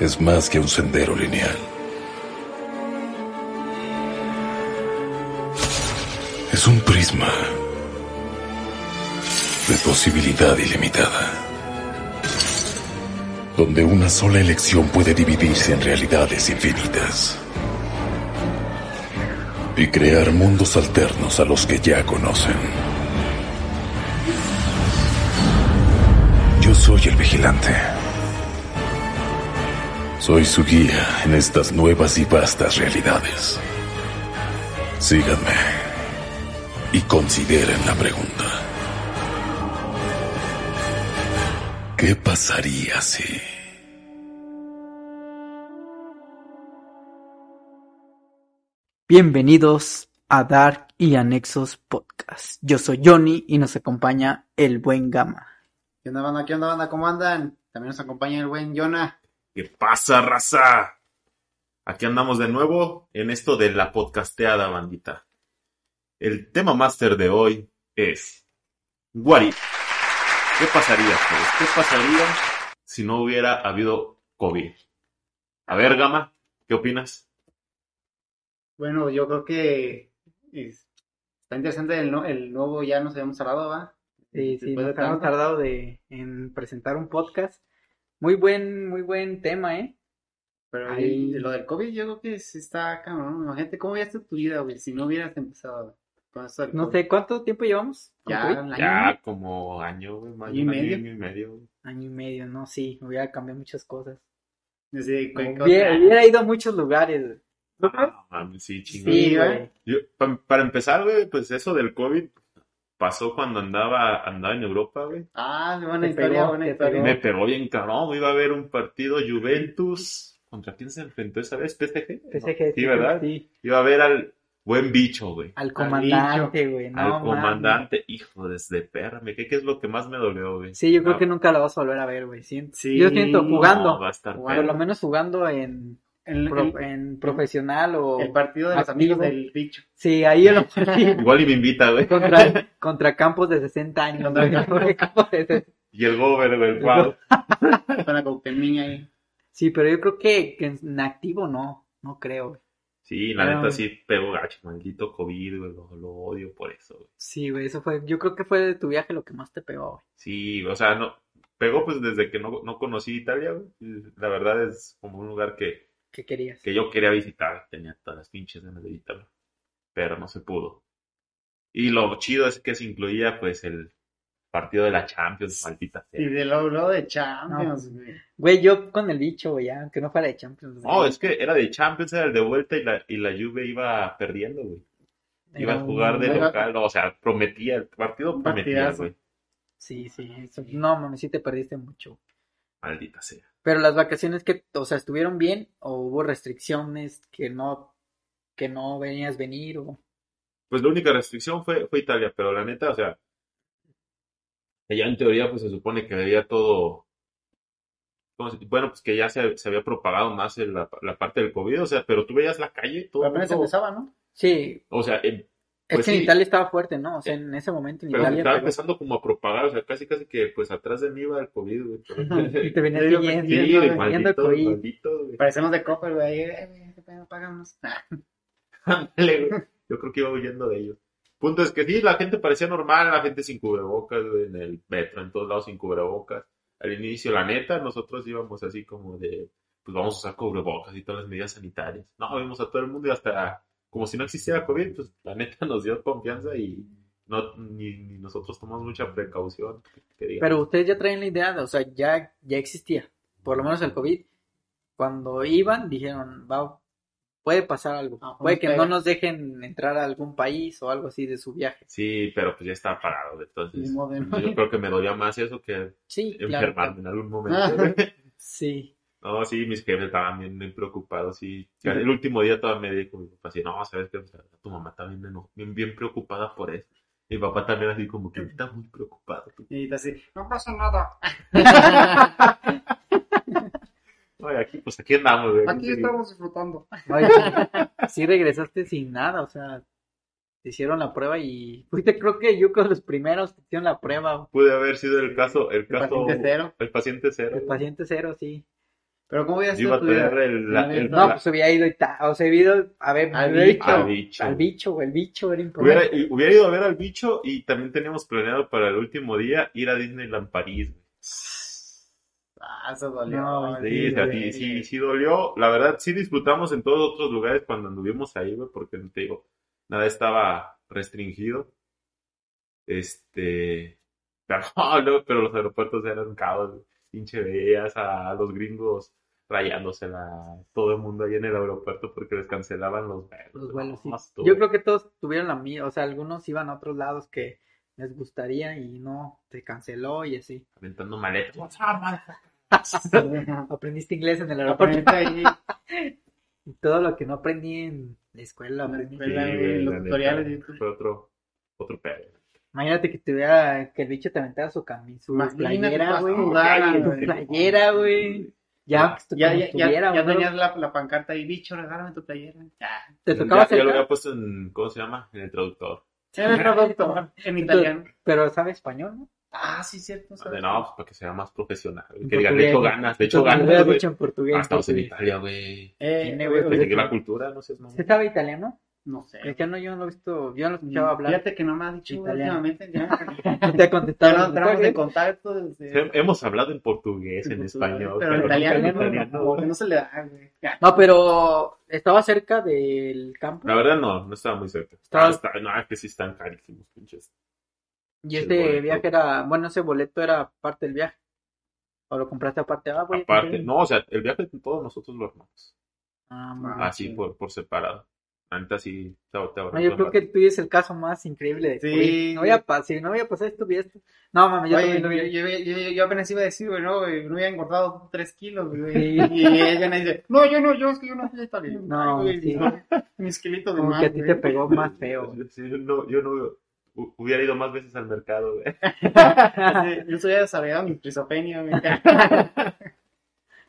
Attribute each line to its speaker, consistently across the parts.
Speaker 1: Es más que un sendero lineal. Es un prisma de posibilidad ilimitada, donde una sola elección puede dividirse en realidades infinitas y crear mundos alternos a los que ya conocen. Yo soy el vigilante. Soy su guía en estas nuevas y vastas realidades. Síganme y consideren la pregunta. ¿Qué pasaría si...
Speaker 2: Bienvenidos a Dark y Anexos Podcast. Yo soy Johnny y nos acompaña el buen Gama.
Speaker 3: ¿Qué onda, banda? ¿Qué onda, banda? ¿Cómo andan? También nos acompaña el buen Jonah.
Speaker 4: ¿Qué pasa, raza? Aquí andamos de nuevo en esto de la podcasteada bandita. El tema máster de hoy es What if? ¿Qué pasaría, pues? ¿Qué pasaría si no hubiera habido COVID? A ver, Gama, ¿qué opinas?
Speaker 3: Bueno, yo creo que es- está interesante el, no- el nuevo, ya nos habíamos hablado, ¿va?
Speaker 2: Sí, sí,
Speaker 3: Después
Speaker 2: nos
Speaker 3: de tanto.
Speaker 2: hemos tardado de, en presentar un podcast. Muy buen, muy buen tema, ¿eh?
Speaker 3: Pero
Speaker 2: Ahí-
Speaker 3: el- lo del COVID yo creo que sí está cabrón. Imagínate cómo hubiera sido tu vida, güey, si no hubieras empezado con esto del
Speaker 2: No
Speaker 3: COVID.
Speaker 2: sé, ¿cuánto tiempo llevamos? con
Speaker 3: Ya,
Speaker 2: COVID?
Speaker 3: un año,
Speaker 4: Ya como año, güey, más
Speaker 3: Año
Speaker 4: de
Speaker 3: y
Speaker 4: un año
Speaker 3: medio.
Speaker 4: y medio. güey.
Speaker 2: Año y medio, no, sí, hubiera cambiado muchas cosas.
Speaker 3: ¿no? Sí, cu- cu-
Speaker 2: Hubiera, hubiera ido a muchos lugares.
Speaker 4: Ah, mami, sí, chingón.
Speaker 3: Sí,
Speaker 2: güey.
Speaker 3: güey.
Speaker 4: Yo, pa- para empezar, güey, pues eso del COVID pasó cuando andaba, andaba en Europa, güey.
Speaker 3: Ah, buena
Speaker 2: Te
Speaker 3: historia,
Speaker 2: pegó,
Speaker 3: buena
Speaker 2: te
Speaker 3: historia.
Speaker 2: pegó.
Speaker 4: Me pegó bien cabrón, güey, iba a haber un partido Juventus. ¿Contra quién se enfrentó esa vez? ¿PSG? ¿no?
Speaker 2: PSG,
Speaker 4: Sí, ¿verdad?
Speaker 2: sí.
Speaker 4: Iba a ver al buen bicho, güey.
Speaker 2: Al comandante, güey. no
Speaker 4: al
Speaker 2: mames.
Speaker 4: comandante, hijo, desde perra, me que que es lo que más me dolió, güey.
Speaker 2: Sí, yo creo
Speaker 4: No,
Speaker 2: que nunca la vas a volver a ver, güey. Siento-
Speaker 3: Sí.
Speaker 2: Yo siento
Speaker 4: no,
Speaker 2: jugando,
Speaker 4: va a estar
Speaker 2: por lo
Speaker 4: perro.
Speaker 2: menos jugando en,
Speaker 3: El,
Speaker 2: pro-
Speaker 3: el-
Speaker 2: en profesional o...
Speaker 3: el partido de los amigos
Speaker 2: activo.
Speaker 3: del bicho.
Speaker 2: Sí, ahí en los
Speaker 4: Igual y me invita, güey.
Speaker 2: contra, contra campos de 60 años.
Speaker 3: Contra
Speaker 2: güey, porque campos de 60.
Speaker 4: Y el gober, güey, el pavo.
Speaker 3: Con la coctemiña ahí.
Speaker 2: Sí, pero yo creo que, que en activo no, no creo, güey.
Speaker 4: Sí, la
Speaker 2: Ah.
Speaker 4: neta sí pegó gacho, maldito COVID, güey, lo, lo odio por eso, güey.
Speaker 2: Sí, güey, eso fue, yo creo que fue de tu viaje lo que más te pegó, güey.
Speaker 4: Sí, o sea, no, pegó pues desde que no, no conocí Italia, güey. La verdad es como un lugar que,
Speaker 2: ¿Qué querías?
Speaker 4: que yo quería visitar, tenía todas las pinches ganas de visitarlo, pero no se pudo. Y lo chido es que se incluía pues el partido de la Champions, maldita sea.
Speaker 3: Y de lo, lo de Champions, güey.
Speaker 2: Güey, yo con el bicho, güey, ya, aunque no fuera de Champions.
Speaker 4: No,
Speaker 2: güey.
Speaker 4: Oh, es que era de Champions, era el de vuelta y la, y la Juve iba perdiendo, güey. Iba
Speaker 2: Era
Speaker 4: a jugar de
Speaker 2: un-
Speaker 3: Era-
Speaker 4: local, o sea, prometía, el partido
Speaker 3: Un
Speaker 4: prometía,
Speaker 3: partidazo.
Speaker 4: güey.
Speaker 2: Sí, sí, eso- no, mami, sí te perdiste mucho.
Speaker 4: Maldita sea.
Speaker 2: Pero las vacaciones que, o sea, estuvieron bien o hubo restricciones que no, que no venías venir o...
Speaker 4: Pues la única restricción fue, fue Italia, pero la neta, o sea, ya en teoría pues se supone que había todo, ¿cómo se- bueno, pues que ya se, se había propagado más el- la, la parte del COVID, o sea, pero tú veías la calle, todo
Speaker 3: Pero
Speaker 4: el
Speaker 3: apenas
Speaker 4: mundo-
Speaker 3: empezaba, ¿no?
Speaker 2: Sí,
Speaker 4: o sea, em-
Speaker 2: es
Speaker 4: Pues
Speaker 2: que en
Speaker 4: sí. Eh,
Speaker 2: Italia estaba fuerte, ¿no? O sea, en ese momento en
Speaker 4: pero pues, se
Speaker 2: Italia
Speaker 4: estaba
Speaker 2: pegó.
Speaker 4: empezando como a propagar, o sea, casi casi que pues atrás de mí iba el COVID, güey. pero-
Speaker 2: y te venías
Speaker 3: Te digo que
Speaker 2: siguiendo,
Speaker 3: Viendo,
Speaker 4: eh, Sí,
Speaker 2: viendo
Speaker 4: güey,
Speaker 2: el
Speaker 4: maldito,
Speaker 2: COVID.
Speaker 4: maldito, güey.
Speaker 3: Parecemos de Copper, güey. Eh, güey, qué pedo, páganos.
Speaker 4: Ándale, güey. Yo creo que iba huyendo de ellos. Punto es que sí, la gente parecía normal, la gente sin cubrebocas, güey, en el metro, en todos lados sin cubrebocas. Al inicio, la neta, nosotros íbamos así como de, pues vamos a usar cubrebocas y todas las medidas sanitarias. No, vimos a todo el mundo y hasta, como si no existiera COVID, pues la neta nos dio confianza y no, ni, ni nosotros tomamos mucha precaución. que digamos.
Speaker 2: Pero ustedes ya traen la idea, de- o sea, ya, ya existía, por lo menos el COVID. Cuando iban, dijeron, va, puede pasar algo,
Speaker 3: Ah,
Speaker 2: puede
Speaker 3: nos
Speaker 2: que
Speaker 3: pega.
Speaker 2: no nos dejen entrar a algún país o algo así de su viaje.
Speaker 4: Sí, pero pues ya estaba parado, entonces
Speaker 3: Ni modo, ¿no?
Speaker 4: yo creo que me dolía más eso que
Speaker 2: Sí, claro.
Speaker 4: enfermarme en algún momento. güey.
Speaker 2: Sí.
Speaker 4: No, sí, mis jefes estaban bien, bien preocupados. Sí. El último día todavía me dijo mi papá así, no, sabes que tu mamá está bien, eno- bien, bien preocupada por eso. Mi papá también así como que está muy preocupado.
Speaker 3: Y está así, no pasa nada.
Speaker 4: Oye, aquí, pues aquí andamos, güey.
Speaker 3: Aquí
Speaker 4: Sí.
Speaker 3: estamos disfrutando.
Speaker 2: Oye, sí regresaste sin nada, o sea, te hicieron la prueba y fuiste, creo que yo con los primeros que hicieron la prueba,
Speaker 4: Pude haber sido el caso, el
Speaker 3: El
Speaker 4: caso,
Speaker 3: paciente cero.
Speaker 4: el paciente cero.
Speaker 2: el paciente cero, sí.
Speaker 3: Pero ¿cómo voy a
Speaker 4: Yo iba
Speaker 3: hacer
Speaker 4: a
Speaker 3: tu vida?
Speaker 4: traer el, la- el-
Speaker 2: No,
Speaker 4: la-
Speaker 2: pues hubiera ido y ta- o sea, hubiera ido a ver,
Speaker 3: Al
Speaker 2: hubiera
Speaker 3: bicho.
Speaker 2: ido-
Speaker 4: al bicho.
Speaker 2: al bicho, güey, el bicho era
Speaker 4: Hubiera,
Speaker 2: improbable.
Speaker 4: hubiera ido a ver al bicho y también teníamos planeado para el último día ir a Disneyland París. güey.
Speaker 3: Ah, eso dolió.
Speaker 2: No,
Speaker 4: Sí, o sea, sí,
Speaker 3: güey.
Speaker 4: sí, sí dolió. La verdad, sí disfrutamos en todos otros lugares cuando anduvimos ahí, güey, porque te digo, nada estaba restringido. Este. Pero, no, pero los aeropuertos eran un caos, güey. pinche veías a los gringos rayándosela, todo el mundo ahí en el aeropuerto porque les cancelaban los vuelos.
Speaker 2: Los vuelos, sí.
Speaker 4: No, estuvo-
Speaker 2: Yo creo que todos tuvieron la mía, o sea, algunos iban a otros lados que les gustaría y no, se canceló y así.
Speaker 4: Aventando maletas. What's up, man?
Speaker 2: Aprendiste inglés en el
Speaker 3: Pero
Speaker 2: aeropuerto.
Speaker 3: ponerte ahí,
Speaker 2: Y todo lo que no aprendí en la escuela,
Speaker 3: En la
Speaker 2: aprendí.
Speaker 3: escuela.
Speaker 4: Sí,
Speaker 3: y
Speaker 4: güey,
Speaker 3: los
Speaker 4: la neta,
Speaker 3: tutoriales de YouTube.
Speaker 4: Fue otro, otro pedo.
Speaker 2: Imagínate que tuviera, que el bicho te aventara su camisa, su
Speaker 3: Imagínate,
Speaker 2: playera,
Speaker 3: vas
Speaker 2: güey.
Speaker 3: jugando,
Speaker 2: Su
Speaker 3: güey.
Speaker 2: playera, güey. Ya, pues,
Speaker 3: Ya,
Speaker 2: como
Speaker 3: ya, ya,
Speaker 2: estuviera,
Speaker 3: ya
Speaker 2: güey.
Speaker 3: tenías la, la pancarta ahí, bicho, regálame tu playera. Ya.
Speaker 2: Te tocaba
Speaker 4: ya, ya lo
Speaker 2: acercar,
Speaker 4: había puesto en, ¿cómo se llama? En el traductor.
Speaker 3: Era el productor en italiano.
Speaker 2: pero sabe español, ¿no?
Speaker 3: Ah, sí, cierto.
Speaker 4: De
Speaker 3: ¿sabes?
Speaker 4: no, pues, para que sea más profesional.
Speaker 2: En
Speaker 4: Que digan, de hecho
Speaker 2: portugués,
Speaker 4: ganas, de hecho
Speaker 2: Entonces,
Speaker 4: ganas,
Speaker 2: lo hubiera
Speaker 4: güey.
Speaker 2: dicho en portugués.
Speaker 4: Ah, estamos en
Speaker 2: portugués.
Speaker 4: Italia, güey.
Speaker 3: Eh,
Speaker 2: Tiene,
Speaker 3: güey,
Speaker 2: güey,
Speaker 4: Desde
Speaker 3: pues,
Speaker 4: que la cultura, no sé, no.
Speaker 2: ¿Usted sabe italiano?
Speaker 3: no sé.
Speaker 2: Cristiano, yo no lo he visto, yo no lo he escuchado
Speaker 3: Mm,
Speaker 2: hablar.
Speaker 3: Fíjate que no me ha dicho güey,
Speaker 2: Italiano.
Speaker 3: últimamente. Ya,
Speaker 2: No te ha
Speaker 3: ya
Speaker 2: contestado.
Speaker 3: no entramos en
Speaker 2: ¿Sabes?
Speaker 3: contacto. desde-
Speaker 4: Hemos hablado en portugués, en
Speaker 3: desde-
Speaker 4: español.
Speaker 3: Pero
Speaker 4: nunca en
Speaker 3: italiano, no,
Speaker 4: italiano.
Speaker 3: como que no se le da, güey. Ya.
Speaker 2: No, pero estaba cerca del campo.
Speaker 4: La verdad, no, no estaba muy cerca.
Speaker 2: Estaba-
Speaker 4: Ah, está- no, es que sí están carísimos, pinches.
Speaker 2: Y
Speaker 4: El
Speaker 2: este
Speaker 4: boleto.
Speaker 2: viaje era, bueno, ese boleto era parte del viaje. O lo compraste aparte. Ah, güey,
Speaker 4: Aparte,
Speaker 2: ok.
Speaker 4: no, o sea, el viaje todos nosotros lo armamos.
Speaker 2: Ah, muy bien.
Speaker 3: Ah,
Speaker 4: Así
Speaker 3: sí.
Speaker 4: por, por separado. Antes sí, te, te ahorras
Speaker 2: No, yo
Speaker 4: un
Speaker 2: creo que tú es el caso más increíble de
Speaker 3: Sí.
Speaker 2: COVID. No voy a pasar, no voy a pasar esto, vi esto. No, mami, yo
Speaker 3: Oye,
Speaker 2: también lo
Speaker 3: yo,
Speaker 2: vi.
Speaker 3: yo, yo- yo apenas iba a decir, güey, no, güey, no había engordado 3 kilos, güey.
Speaker 2: Sí.
Speaker 3: Y ella me dice, no, yo no, yo es que yo no fui a Italia.
Speaker 2: No,
Speaker 3: Ay, güey,
Speaker 2: sí.
Speaker 3: no, mis kilitos de
Speaker 2: Como
Speaker 3: más,
Speaker 2: que a ti
Speaker 3: güey.
Speaker 2: te pegó más feo.
Speaker 3: Pues,
Speaker 4: Yo, sí, yo no, yo no hu- hubiera ido más veces al mercado, güey.
Speaker 3: Sí, Yo estoy desarrollado mi trisopenia, güey.
Speaker 2: No,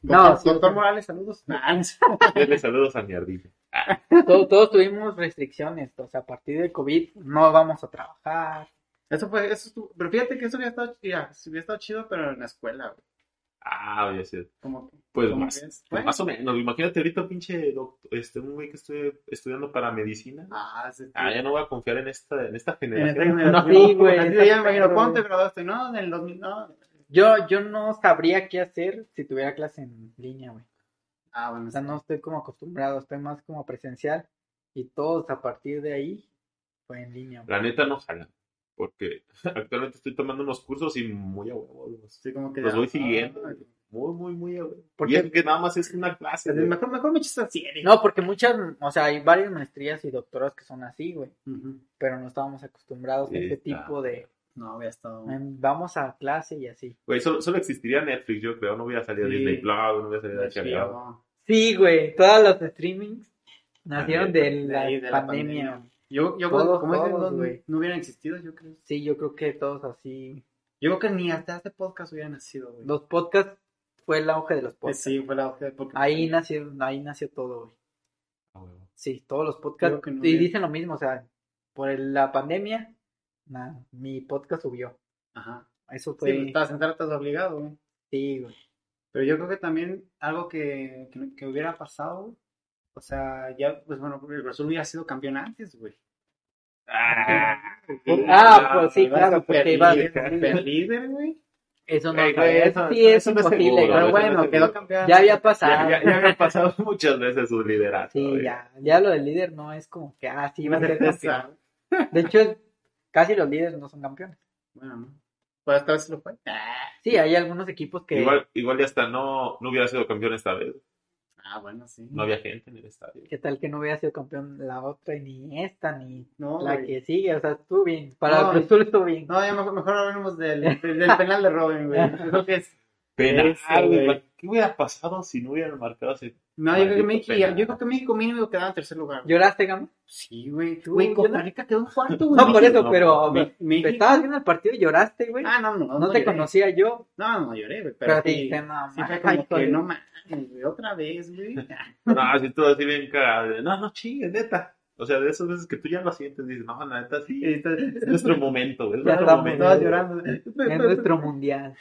Speaker 3: Doctor-
Speaker 2: sí,
Speaker 3: doctor
Speaker 2: sí.
Speaker 3: Morales, saludos. Nah, no sé.
Speaker 4: Denle saludos a mi ardilla.
Speaker 2: Todos, todos tuvimos restricciones. O sea, a partir del COVID no vamos a trabajar.
Speaker 3: Eso fue, eso estuvo, pero fíjate que eso hubiera estado, ya, sí hubiera estado chido, pero en la escuela, güey.
Speaker 4: Ah, voy a ser.
Speaker 3: Como que,
Speaker 4: Pues
Speaker 3: como
Speaker 4: más,
Speaker 3: que es-
Speaker 4: pues más o menos. Imagínate ahorita, pinche doc- este, un güey que estoy estudiando para medicina.
Speaker 3: Ah, sí, sí.
Speaker 4: Ah, ya no voy a confiar en esta, en esta
Speaker 3: En esta
Speaker 4: generación.
Speaker 3: generación.
Speaker 2: sí, güey,
Speaker 3: Así
Speaker 2: está
Speaker 3: ya me imagino,
Speaker 2: perro,
Speaker 3: ¿cuándo te
Speaker 2: güey.
Speaker 3: graduaste? No, en el 2000, no.
Speaker 2: Yo, yo no sabría qué hacer si tuviera clase en línea, güey.
Speaker 3: Ah, bueno,
Speaker 2: O sea, no estoy como acostumbrado, estoy más como presencial. Y todos a partir de ahí fue en línea, güey.
Speaker 4: La neta no jala. Porque actualmente estoy tomando unos cursos y muy a huevo. los-
Speaker 3: sí, como que
Speaker 4: Los
Speaker 3: ya-
Speaker 4: voy siguiendo.
Speaker 3: Ah,
Speaker 4: güey. Muy, muy, muy a huevo.
Speaker 2: ¿Por
Speaker 4: Y
Speaker 2: qué?
Speaker 4: es que nada más es una clase. güey.
Speaker 3: Mejor, mejor me echas a serie.
Speaker 2: No, porque muchas, o sea, hay varias maestrías y doctoras que son así, güey.
Speaker 3: Ujú.
Speaker 2: Pero no estábamos acostumbrados a este
Speaker 4: Está.
Speaker 2: tipo de.
Speaker 3: No, había estado.
Speaker 2: em, Vamos a clase y así.
Speaker 4: Güey, solo, solo existiría Netflix, yo creo. No hubiera salido
Speaker 3: Sí.
Speaker 4: Disney Plus, no hubiera salido HBO.
Speaker 3: HBO.
Speaker 2: Sí, güey, todas las streamings nacieron
Speaker 4: neta.
Speaker 2: de la,
Speaker 3: Sí, de la
Speaker 2: pandemia.
Speaker 3: pandemia. Yo, yo
Speaker 2: Todos,
Speaker 3: como dicen,
Speaker 2: todos,
Speaker 3: no,
Speaker 2: güey.
Speaker 3: no hubieran existido, yo creo.
Speaker 2: Sí, yo creo que todos así.
Speaker 3: Yo creo que ni hasta este podcast hubiera nacido, güey.
Speaker 2: Los podcasts fue el auge de los
Speaker 3: Eh,
Speaker 2: podcasts.
Speaker 3: sí, fue la hoja de podcast.
Speaker 2: Ahí nació, ahí nació todo, güey.
Speaker 4: A Ah, huevo.
Speaker 2: Sí, todos los podcasts.
Speaker 3: Creo que no,
Speaker 2: y
Speaker 3: güey.
Speaker 2: dicen lo mismo, o sea, por el- la pandemia, na- mi podcast subió.
Speaker 3: Ajá.
Speaker 2: Eso
Speaker 3: Sí,
Speaker 2: fue.
Speaker 3: pues, estabas en tratas obligado, güey.
Speaker 2: Sí, güey.
Speaker 3: Pero yo creo que también algo que, que, que hubiera pasado, güey, o sea, ya, pues bueno, el Brasil hubiera sido campeón antes, güey.
Speaker 4: Ah,
Speaker 2: Ah, pues sí,
Speaker 3: Iba
Speaker 2: claro,
Speaker 3: super
Speaker 2: porque iba.
Speaker 3: líder, super líder, güey.
Speaker 2: Eso no,
Speaker 4: Ey, güey,
Speaker 2: eso
Speaker 4: eso-
Speaker 2: sí es
Speaker 4: eso no es
Speaker 2: imposible,
Speaker 4: seguro,
Speaker 2: güey.
Speaker 3: Pero
Speaker 4: eso no
Speaker 3: bueno,
Speaker 4: es
Speaker 3: quedó
Speaker 4: seguro.
Speaker 3: campeón.
Speaker 2: Ya había
Speaker 4: Ya,
Speaker 2: pasado.
Speaker 4: ya, ya habían pasado muchas veces su liderazgo.
Speaker 2: Sí,
Speaker 4: güey.
Speaker 2: ya, ya lo del líder no es como que, ah, sí, va a ser campeón.
Speaker 3: Esa.
Speaker 2: De hecho, casi los líderes no son campeones.
Speaker 3: Bueno, ¿no? Pues esta vez sí lo fue. Ah,
Speaker 2: Sí, hay algunos equipos que
Speaker 4: Igual, igual ya hasta no, no hubiera sido campeón esta vez.
Speaker 3: ah, bueno, sí.
Speaker 4: No había gente en el estadio.
Speaker 2: que tal que no hubiera sido campeón la otra, ni esta, ni
Speaker 3: No,
Speaker 2: la
Speaker 3: güey.
Speaker 2: que sigue, o sea, estuvo bien. Para
Speaker 3: No,
Speaker 2: el Cruz Azul estuvo bien.
Speaker 3: No, ya mejor, mejor hablemos del, del, del penal de Robin, güey. Creo que es
Speaker 4: Penal,
Speaker 3: Ese,
Speaker 4: güey.
Speaker 3: güey.
Speaker 4: ¿Qué hubiera pasado si no hubieran marcado ese?
Speaker 3: No, yo creo, que
Speaker 4: Maldito
Speaker 3: México,
Speaker 4: penal.
Speaker 3: yo creo que México mínimo quedaba en tercer lugar. güey.
Speaker 2: ¿Lloraste, Gama?
Speaker 3: Sí, güey.
Speaker 2: Tú,
Speaker 3: Güey,
Speaker 2: yo
Speaker 3: Costa
Speaker 2: no-
Speaker 3: Rica quedó en cuarto, güey.
Speaker 2: No, por
Speaker 4: México,
Speaker 2: eso,
Speaker 4: no,
Speaker 2: pero
Speaker 4: güey.
Speaker 2: te
Speaker 3: México.
Speaker 2: estabas viendo el partido y lloraste, güey.
Speaker 3: Ah, no, no.
Speaker 2: no te
Speaker 3: lloré.
Speaker 2: conocía yo.
Speaker 3: No, no lloré, güey. Pero,
Speaker 2: Pero, te
Speaker 3: sí,
Speaker 2: dije, no,
Speaker 3: sí fue
Speaker 2: man,
Speaker 3: como
Speaker 2: ay,
Speaker 3: que
Speaker 2: güey.
Speaker 3: no mames, güey. Otra vez, güey.
Speaker 4: No, si todo así bien cagado. de, No, no chingues, neta. O sea, de esas veces que tú ya lo sientes, dices, no, la neta sí. Es
Speaker 3: Entonces,
Speaker 4: nuestro momento, güey. Es
Speaker 2: Ya
Speaker 4: nuestro
Speaker 2: estamos,
Speaker 4: momento.
Speaker 3: Todos llorando.
Speaker 2: Es nuestro mundial.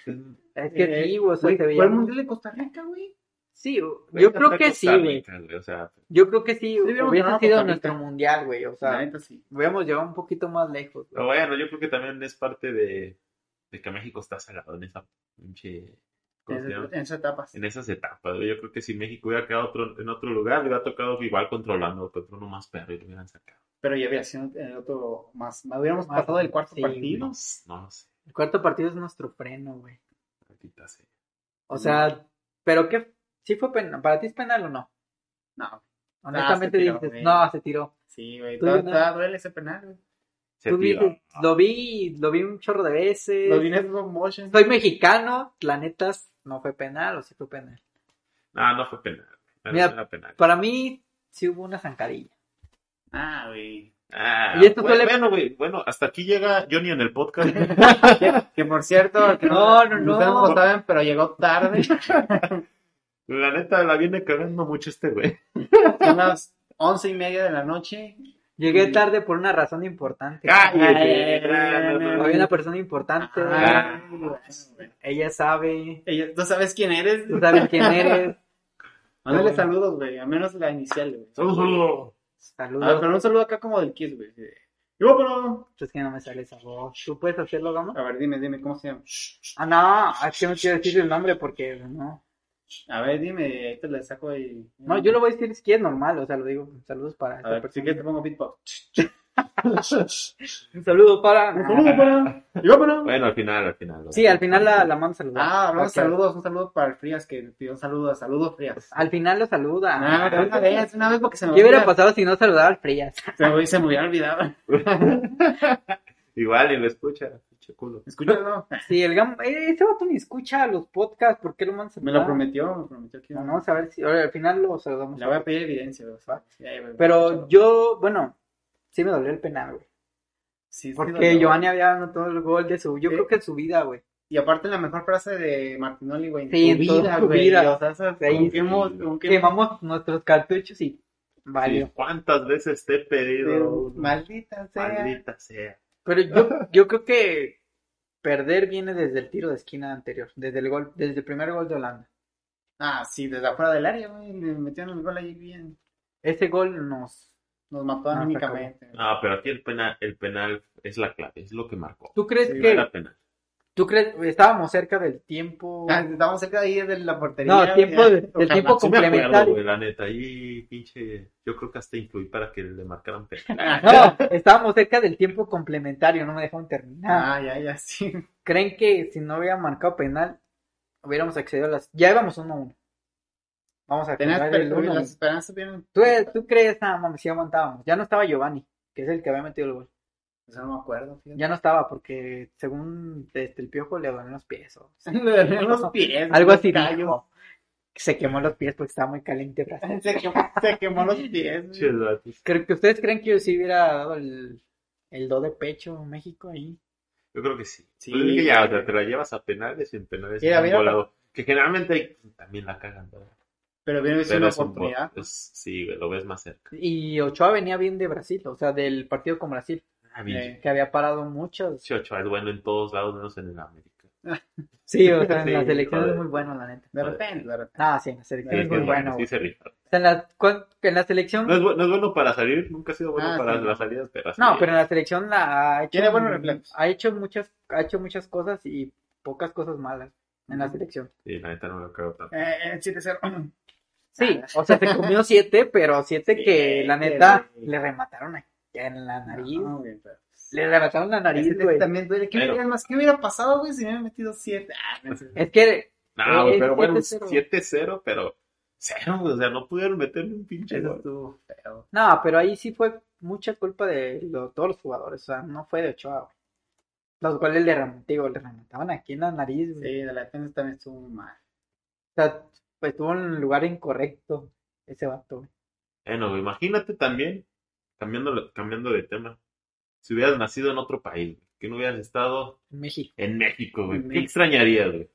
Speaker 2: Es que
Speaker 3: Eh,
Speaker 2: sí, güey, o sea,
Speaker 3: Güey,
Speaker 2: te
Speaker 3: Fue
Speaker 2: veía.
Speaker 3: el mundial de Costa Rica, güey.
Speaker 2: Sí, yo creo que sí,
Speaker 4: Costa
Speaker 2: güey.
Speaker 4: Rica, O sea,
Speaker 2: Yo creo que sí,
Speaker 3: hubiéramos ganado
Speaker 2: hubiese
Speaker 3: Costa
Speaker 2: sido
Speaker 3: Rica.
Speaker 2: nuestro mundial, güey. O
Speaker 3: La
Speaker 2: sea,
Speaker 3: neta sí.
Speaker 2: hubiéramos llegado un poquito más lejos. güey.
Speaker 4: pero bueno, yo creo que también es parte de, de que México está salado en esa pinche. ¿cómo se
Speaker 3: En,
Speaker 4: llama?
Speaker 3: en esas etapas.
Speaker 4: En esas etapas, güey. Yo creo que si México hubiera quedado otro, en otro lugar, le hubiera tocado igual controlando, contra uno más perro y lo hubieran sacado.
Speaker 3: Pero ya hubiera sido el otro más. Hubiéramos
Speaker 2: Más-
Speaker 3: pasado del cuarto
Speaker 2: sí,
Speaker 3: partido.
Speaker 4: No, no lo sé.
Speaker 2: El cuarto partido es nuestro freno, güey.
Speaker 4: Maldita sea.
Speaker 2: O sea, pero qué, sí fue penal. ¿Para ti es penal o no?
Speaker 3: No.
Speaker 2: Honestamente
Speaker 3: Ah, se tiró,
Speaker 2: dices,
Speaker 3: güey.
Speaker 2: no, se tiró.
Speaker 3: Sí, güey.
Speaker 2: Tú,
Speaker 3: Todavía
Speaker 2: ¿no?
Speaker 3: todavía duele ese penal, güey.
Speaker 4: Se
Speaker 2: Tú
Speaker 4: tiró.
Speaker 2: dices, lo vi, lo vi un chorro de veces.
Speaker 3: Los dineros son motion.
Speaker 2: Soy mexicano, planetas, no fue penal o sí fue penal.
Speaker 4: No, no fue penal. No,
Speaker 2: Mira,
Speaker 4: no era penal.
Speaker 2: Para mí, sí hubo una zancadilla.
Speaker 3: Ah, güey.
Speaker 4: Ah,
Speaker 2: Y esto
Speaker 4: bueno,
Speaker 2: suele-
Speaker 4: bueno, güey, bueno, hasta aquí llega Johnny en el podcast. güey.
Speaker 3: Que por cierto, que
Speaker 2: No, no, no.
Speaker 3: Ustedes no lo saben, pero llegó tarde.
Speaker 4: La neta, la viene cagando mucho este güey.
Speaker 3: Son las once y media de la noche.
Speaker 2: Llegué
Speaker 3: Mm.
Speaker 2: tarde por una razón importante.
Speaker 3: Ah.
Speaker 4: Cállate.
Speaker 3: Ay,
Speaker 2: Había una persona importante.
Speaker 3: Ah, güey.
Speaker 2: Ella sabe.
Speaker 3: Ella- ¿Tú sabes quién eres?
Speaker 2: Tú sabes quién eres.
Speaker 3: Mándale saludos, güey. Al menos la inicial, güey.
Speaker 4: Saludos, saludos.
Speaker 3: A ver,
Speaker 2: Saludos.
Speaker 3: Ah, pero un saludo acá como del Kiss, güey. Yo, pero.
Speaker 2: Es que no me sale esa voz. ¿Tú puedes hacerlo, Gama?
Speaker 3: A ver, dime, dime, ¿cómo se llama?
Speaker 2: Ah, no, es que no quiero decir el nombre porque no.
Speaker 3: A ver, dime, ahí te la saco y.
Speaker 2: No, yo lo voy a decir si es normal, o sea, lo digo. Saludos para
Speaker 3: A
Speaker 2: esta
Speaker 3: ver, si
Speaker 2: persona.
Speaker 3: quieres te pongo beatbox.
Speaker 2: Un saludo para. ah,
Speaker 3: Un saludo para. Yo, pero.
Speaker 4: Bueno, al final, al final.
Speaker 2: Sí, al final la, la mando a saludar.
Speaker 3: Ah, hablamos de
Speaker 2: Ok.
Speaker 3: saludos. Un saludo para el Frías que pidió un saludo. Saludos, Frías.
Speaker 2: Al final lo saluda.
Speaker 3: Ah, pero una vez, una vez porque se me
Speaker 2: ¿Qué Pues, hubiera
Speaker 3: olvida.
Speaker 2: pasado si no saludaba al Frías?
Speaker 3: Se me, se me hubiera olvidado.
Speaker 4: Igual, y lo escucha. pinche culo.
Speaker 3: Escúchalo.
Speaker 2: Sí, el Gam... eh, ese vato ni escucha los podcasts, ¿por qué lo mandas a
Speaker 3: Me
Speaker 2: saludar?
Speaker 3: lo prometió, me prometió que iba.
Speaker 2: Bueno, vamos a ver si ahora, al final lo saludamos.
Speaker 3: Le voy a pedir evidencia, güey. Sí, ahí, güey.
Speaker 2: Pero yo, bueno, sí me dolió el penal, güey.
Speaker 3: Sí, sí,
Speaker 2: Porque
Speaker 3: dolió.
Speaker 2: Giovanni había anotado el gol de su, yo
Speaker 3: Sí.
Speaker 2: creo que en su vida, güey.
Speaker 3: Y aparte la mejor frase de Martinoli, güey. en
Speaker 2: Sí, en
Speaker 3: tu
Speaker 2: toda
Speaker 3: vida,
Speaker 2: tu
Speaker 3: güey.
Speaker 2: vida.
Speaker 3: O sea, esa-
Speaker 2: Ahí
Speaker 3: con
Speaker 4: sí.
Speaker 3: qué mo- con qué-
Speaker 2: Quemamos nuestros cartuchos y valió.
Speaker 4: Sí, ¿Cuántas veces te he pedido?
Speaker 3: Maldita sea.
Speaker 4: Maldita sea.
Speaker 2: Pero yo, yo creo que perder viene desde el tiro de esquina anterior, desde el gol, desde el primer gol de Holanda.
Speaker 3: Ah, sí, desde afuera del área, güey. Le metieron el gol ahí bien.
Speaker 2: Ese gol nos.
Speaker 3: Nos mató
Speaker 2: Ah,
Speaker 3: anímicamente.
Speaker 4: No, pero aquí el penal, el penal es la clave, es lo que marcó.
Speaker 2: ¿Tú crees
Speaker 3: Sí,
Speaker 2: que
Speaker 4: Era penal.
Speaker 2: tú crees estábamos cerca del tiempo?
Speaker 3: Ah, Estábamos cerca de ahí de la portería.
Speaker 2: No,
Speaker 3: güey.
Speaker 2: tiempo de- del
Speaker 3: Ojalá.
Speaker 2: tiempo
Speaker 4: Sí me acuerdo,
Speaker 2: complementario.
Speaker 4: güey, la neta. Ahí, pinche. Yo creo que hasta influí para que le marcaran penal.
Speaker 3: Ah,
Speaker 2: No, estábamos cerca del tiempo complementario, no me dejaron terminar.
Speaker 3: Ah, ya, ya, sí.
Speaker 2: ¿Creen que si no hubiera marcado penal hubiéramos accedido a las ya íbamos 1 a 1? Vamos a
Speaker 3: Tenías
Speaker 2: acordar el
Speaker 3: pero, güey,
Speaker 2: 1
Speaker 3: las esperanzas vieron.
Speaker 2: ¿Tú, eh, tú crees, nada mames, si aguantábamos. Ya no estaba Giovanni, que es el que había metido el gol.
Speaker 3: Eso pues, no me acuerdo, fíjate.
Speaker 2: Ya no estaba porque según este, el piojo le dolían los pies. o-
Speaker 3: Le dolían los pies.
Speaker 2: Algo
Speaker 3: güey,
Speaker 2: así
Speaker 3: callo.
Speaker 2: dijo. Que Se quemó los pies porque estaba muy caliente. el brazo.
Speaker 3: Se quemó, se quemó los pies. güey.
Speaker 4: Pinches vatos.
Speaker 2: Creo que ustedes creen que yo sí hubiera dado el, el do de pecho a México ahí.
Speaker 4: Yo creo que sí.
Speaker 3: Sí. eh.
Speaker 4: Pues es que ya, o sea, te la llevas a penales y en penales
Speaker 3: Mira,
Speaker 4: es un
Speaker 3: mira,
Speaker 4: volado. Que generalmente también la cagan, ¿verdad?
Speaker 3: Pero vieron es
Speaker 4: Pero
Speaker 3: una
Speaker 4: es un
Speaker 3: oportunidad.
Speaker 4: bo- es- sí, güey, lo ves más cerca.
Speaker 2: Y Ochoa venía bien de Brasil, o sea, del partido con Brasil,
Speaker 4: Ah, pinche
Speaker 2: que había parado muchos.
Speaker 4: Ochoa es bueno en todos lados, menos en el América.
Speaker 2: Sí, o sea, en
Speaker 4: Sí,
Speaker 2: la selección
Speaker 4: joder.
Speaker 2: es muy bueno, la neta.
Speaker 3: De
Speaker 4: Vale.
Speaker 3: repente, de repente.
Speaker 2: Ah, sí, en la selección
Speaker 4: Sí,
Speaker 2: es
Speaker 4: sí,
Speaker 2: muy
Speaker 4: es
Speaker 2: bueno.
Speaker 4: bueno, sí se rifa.
Speaker 2: O sea, en la, cuan- en la selección,
Speaker 4: No
Speaker 2: no,
Speaker 4: es, bu- no es bueno para salir, nunca ha sido bueno
Speaker 3: Ah,
Speaker 4: para
Speaker 3: sí.
Speaker 4: las salidas, pero así
Speaker 2: pero en la selección la ha hecho,
Speaker 3: Tiene buenos reflejos.
Speaker 2: ha hecho muchas, ha hecho muchas cosas y pocas cosas malas en la selección.
Speaker 4: Sí, la neta no lo creo tanto.
Speaker 3: Eh, eh, 7-0.
Speaker 2: Sí, o sea, se comió siete, pero siete
Speaker 3: Sí,
Speaker 2: que la
Speaker 3: que
Speaker 2: neta
Speaker 3: güey.
Speaker 2: le remataron aquí en la nariz.
Speaker 3: No, güey, pero-
Speaker 2: Le remataron la nariz,
Speaker 3: Ese
Speaker 2: güey.
Speaker 3: también duele. ¿Qué,
Speaker 4: Pero-
Speaker 3: hubiera- más, ¿Qué hubiera pasado, güey, si me hubieran metido 7? Ah, no sé.
Speaker 2: Es que
Speaker 4: No, güey,
Speaker 2: es
Speaker 3: eh,
Speaker 4: pero bueno,
Speaker 2: 7-0.
Speaker 4: 7-0, pero cero, güey, o sea, no pudieron meterle un pinche
Speaker 3: Eso
Speaker 4: gol.
Speaker 3: estuvo feo.
Speaker 2: no, pero ahí sí fue mucha culpa de lo- todos los jugadores, o sea, no fue de Ochoa. güey. Los cuales le, ram- digo, le remataban aquí en la nariz, güey.
Speaker 3: Sí, de la defensa también estuvo muy mal.
Speaker 2: O sea, pues estuvo en el lugar incorrecto ese vato, güey.
Speaker 4: Bueno, güey, imagínate también, cambiando, cambiando de tema, si hubieras nacido en otro país, güey, que no hubieras estado
Speaker 2: En México.
Speaker 4: en México, güey. ¿Qué
Speaker 3: México.
Speaker 4: extrañarías, güey?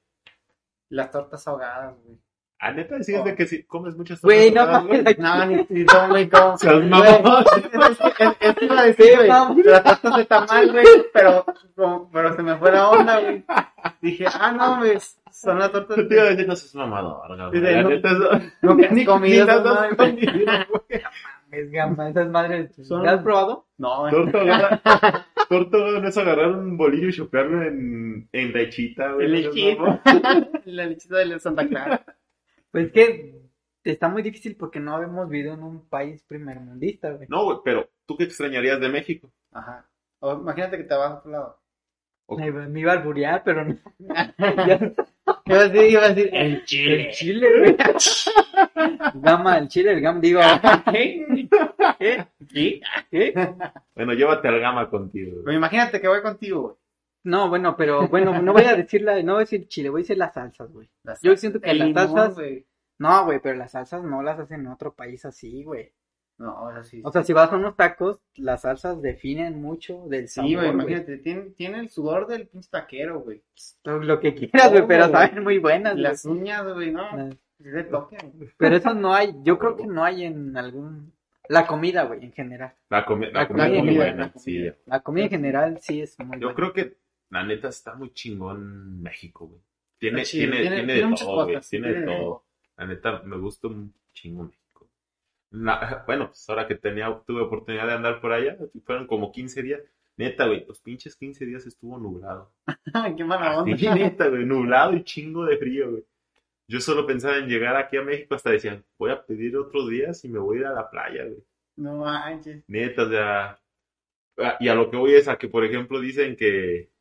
Speaker 3: Las tortas ahogadas, güey.
Speaker 4: A neta decías de que si comes muchas
Speaker 2: Güey, no
Speaker 4: ahogadas,
Speaker 2: mames,
Speaker 3: Oh. No, ni, ni tomo y todo.
Speaker 4: Seas
Speaker 3: Güey,
Speaker 4: mamón.
Speaker 3: Es es- es que iba a decir, güey.
Speaker 2: mamón.
Speaker 3: Las tortas de tamal, güey. Pero, como- pero se me fue la onda, güey. Dije, ah, no, güey. Son las tortas
Speaker 4: Yo te iba a
Speaker 3: de
Speaker 4: decir, no seas mamador, güey.
Speaker 3: Sí,
Speaker 4: La
Speaker 3: no.
Speaker 4: neta, eso-
Speaker 3: No que has
Speaker 4: ni-
Speaker 3: comido,
Speaker 4: ni las
Speaker 3: no
Speaker 4: has
Speaker 3: mames.
Speaker 4: comido, güey.
Speaker 2: Es gama, esas madres.
Speaker 3: Son-
Speaker 2: ¿Las has probado?
Speaker 3: No, güey.
Speaker 4: Torta ahogada- torta ahogada no es agarrar un bolillo y chuparlo en, en lechita, güey.
Speaker 3: En
Speaker 4: no seas
Speaker 3: lechita.
Speaker 4: mamón.
Speaker 3: La lechita de Santa Clara.
Speaker 2: Pues es que está muy difícil porque no habíamos vivido en un país primermundista, güey.
Speaker 4: No, güey, pero ¿tú qué extrañarías de México?
Speaker 3: Ajá. O imagínate que te vas a otro lado.
Speaker 4: Ok.
Speaker 2: Me, me iba a alburear, pero no.
Speaker 3: Iba a decir, iba a decir,
Speaker 2: El chile. El chile, güey. Gama, el chile, el gama, digo. ¿Qué? ¿Qué? ¿Qué?
Speaker 4: Bueno, llévate al gama contigo,
Speaker 3: Pero
Speaker 4: güey.
Speaker 3: imagínate que voy contigo, güey.
Speaker 2: No, bueno, pero bueno, no voy a decir la, no voy a decir chile, voy a decir las salsas, güey.
Speaker 3: Las
Speaker 2: Yo siento que
Speaker 3: el
Speaker 2: las
Speaker 3: limón,
Speaker 2: tazas-
Speaker 3: güey.
Speaker 2: No, güey, pero las salsas no las hacen en otro país así, güey.
Speaker 3: No, o sea, sí.
Speaker 2: O sea, si vas a unos tacos, las salsas definen mucho del sabor,
Speaker 3: Sí, güey,
Speaker 2: güey.
Speaker 3: imagínate, tiene, tiene el sudor del pinche taquero, güey.
Speaker 2: Lo, lo que quieras, güey,
Speaker 3: Todo,
Speaker 2: pero
Speaker 3: güey.
Speaker 2: saben muy buenas, las...
Speaker 3: Las uñas, güey, no, es de toque, güey.
Speaker 2: Pero eso no hay, yo creo que no hay en algún... La comida, güey, en general.
Speaker 4: La, comi- la
Speaker 2: La
Speaker 4: comida es muy
Speaker 2: comida,
Speaker 4: buena,
Speaker 3: la comida.
Speaker 4: sí.
Speaker 2: La comida en general sí es muy
Speaker 4: Yo
Speaker 2: buena.
Speaker 4: creo que, la neta, está muy chingón México, güey. Tiene,
Speaker 3: Está chido,
Speaker 4: tiene, tiene, de
Speaker 3: muchas
Speaker 4: todo, güey.
Speaker 3: cosas,
Speaker 4: Tiene de todo.
Speaker 3: todo.
Speaker 4: La neta, me gusta un chingo México. La- bueno, pues ahora que tenía, tuve oportunidad de andar por allá, fueron como 15 días. Neta, güey, los pinches 15 días estuvo nublado.
Speaker 3: Qué mala onda.
Speaker 4: Sí, neta, güey, nublado y chingo de frío, güey. Yo solo pensaba en llegar aquí a México hasta decían, voy a pedir otros días y me voy a ir a la playa, güey.
Speaker 3: No manches.
Speaker 4: Neta, o sea, a- y a lo que voy es a que, por ejemplo, dicen que,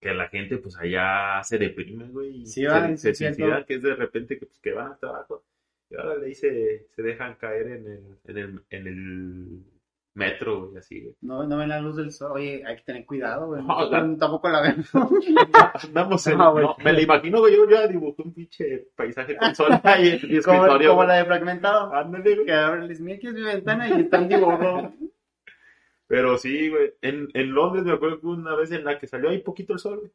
Speaker 4: que la gente, pues, allá se deprime, güey, y
Speaker 3: Sí,
Speaker 4: se,
Speaker 3: va, sí,
Speaker 4: se
Speaker 3: cierto.
Speaker 4: suicida, que es de repente que, pues, que van al trabajo, y ahora le se, se dejan caer en el, en el, en el metro, güey, así, güey.
Speaker 3: No, no ven la luz del sol. Oye, hay que tener cuidado, güey. No,
Speaker 4: No, la-
Speaker 3: Tampoco la ven.
Speaker 4: Andamos en,
Speaker 2: No, güey.
Speaker 4: no, me lo imagino, güey, yo ya dibujé un pinche paisaje con sol ahí en mi
Speaker 3: como,
Speaker 4: escritorio,
Speaker 3: como
Speaker 4: güey.
Speaker 3: la de fragmentado.
Speaker 4: Ándale, güey.
Speaker 3: Que ahora les mira que es mi ventana y están dibujando.
Speaker 4: Pero sí, güey. En, en Londres me acuerdo que hubo una vez en la que salió ahí poquito el sol, güey.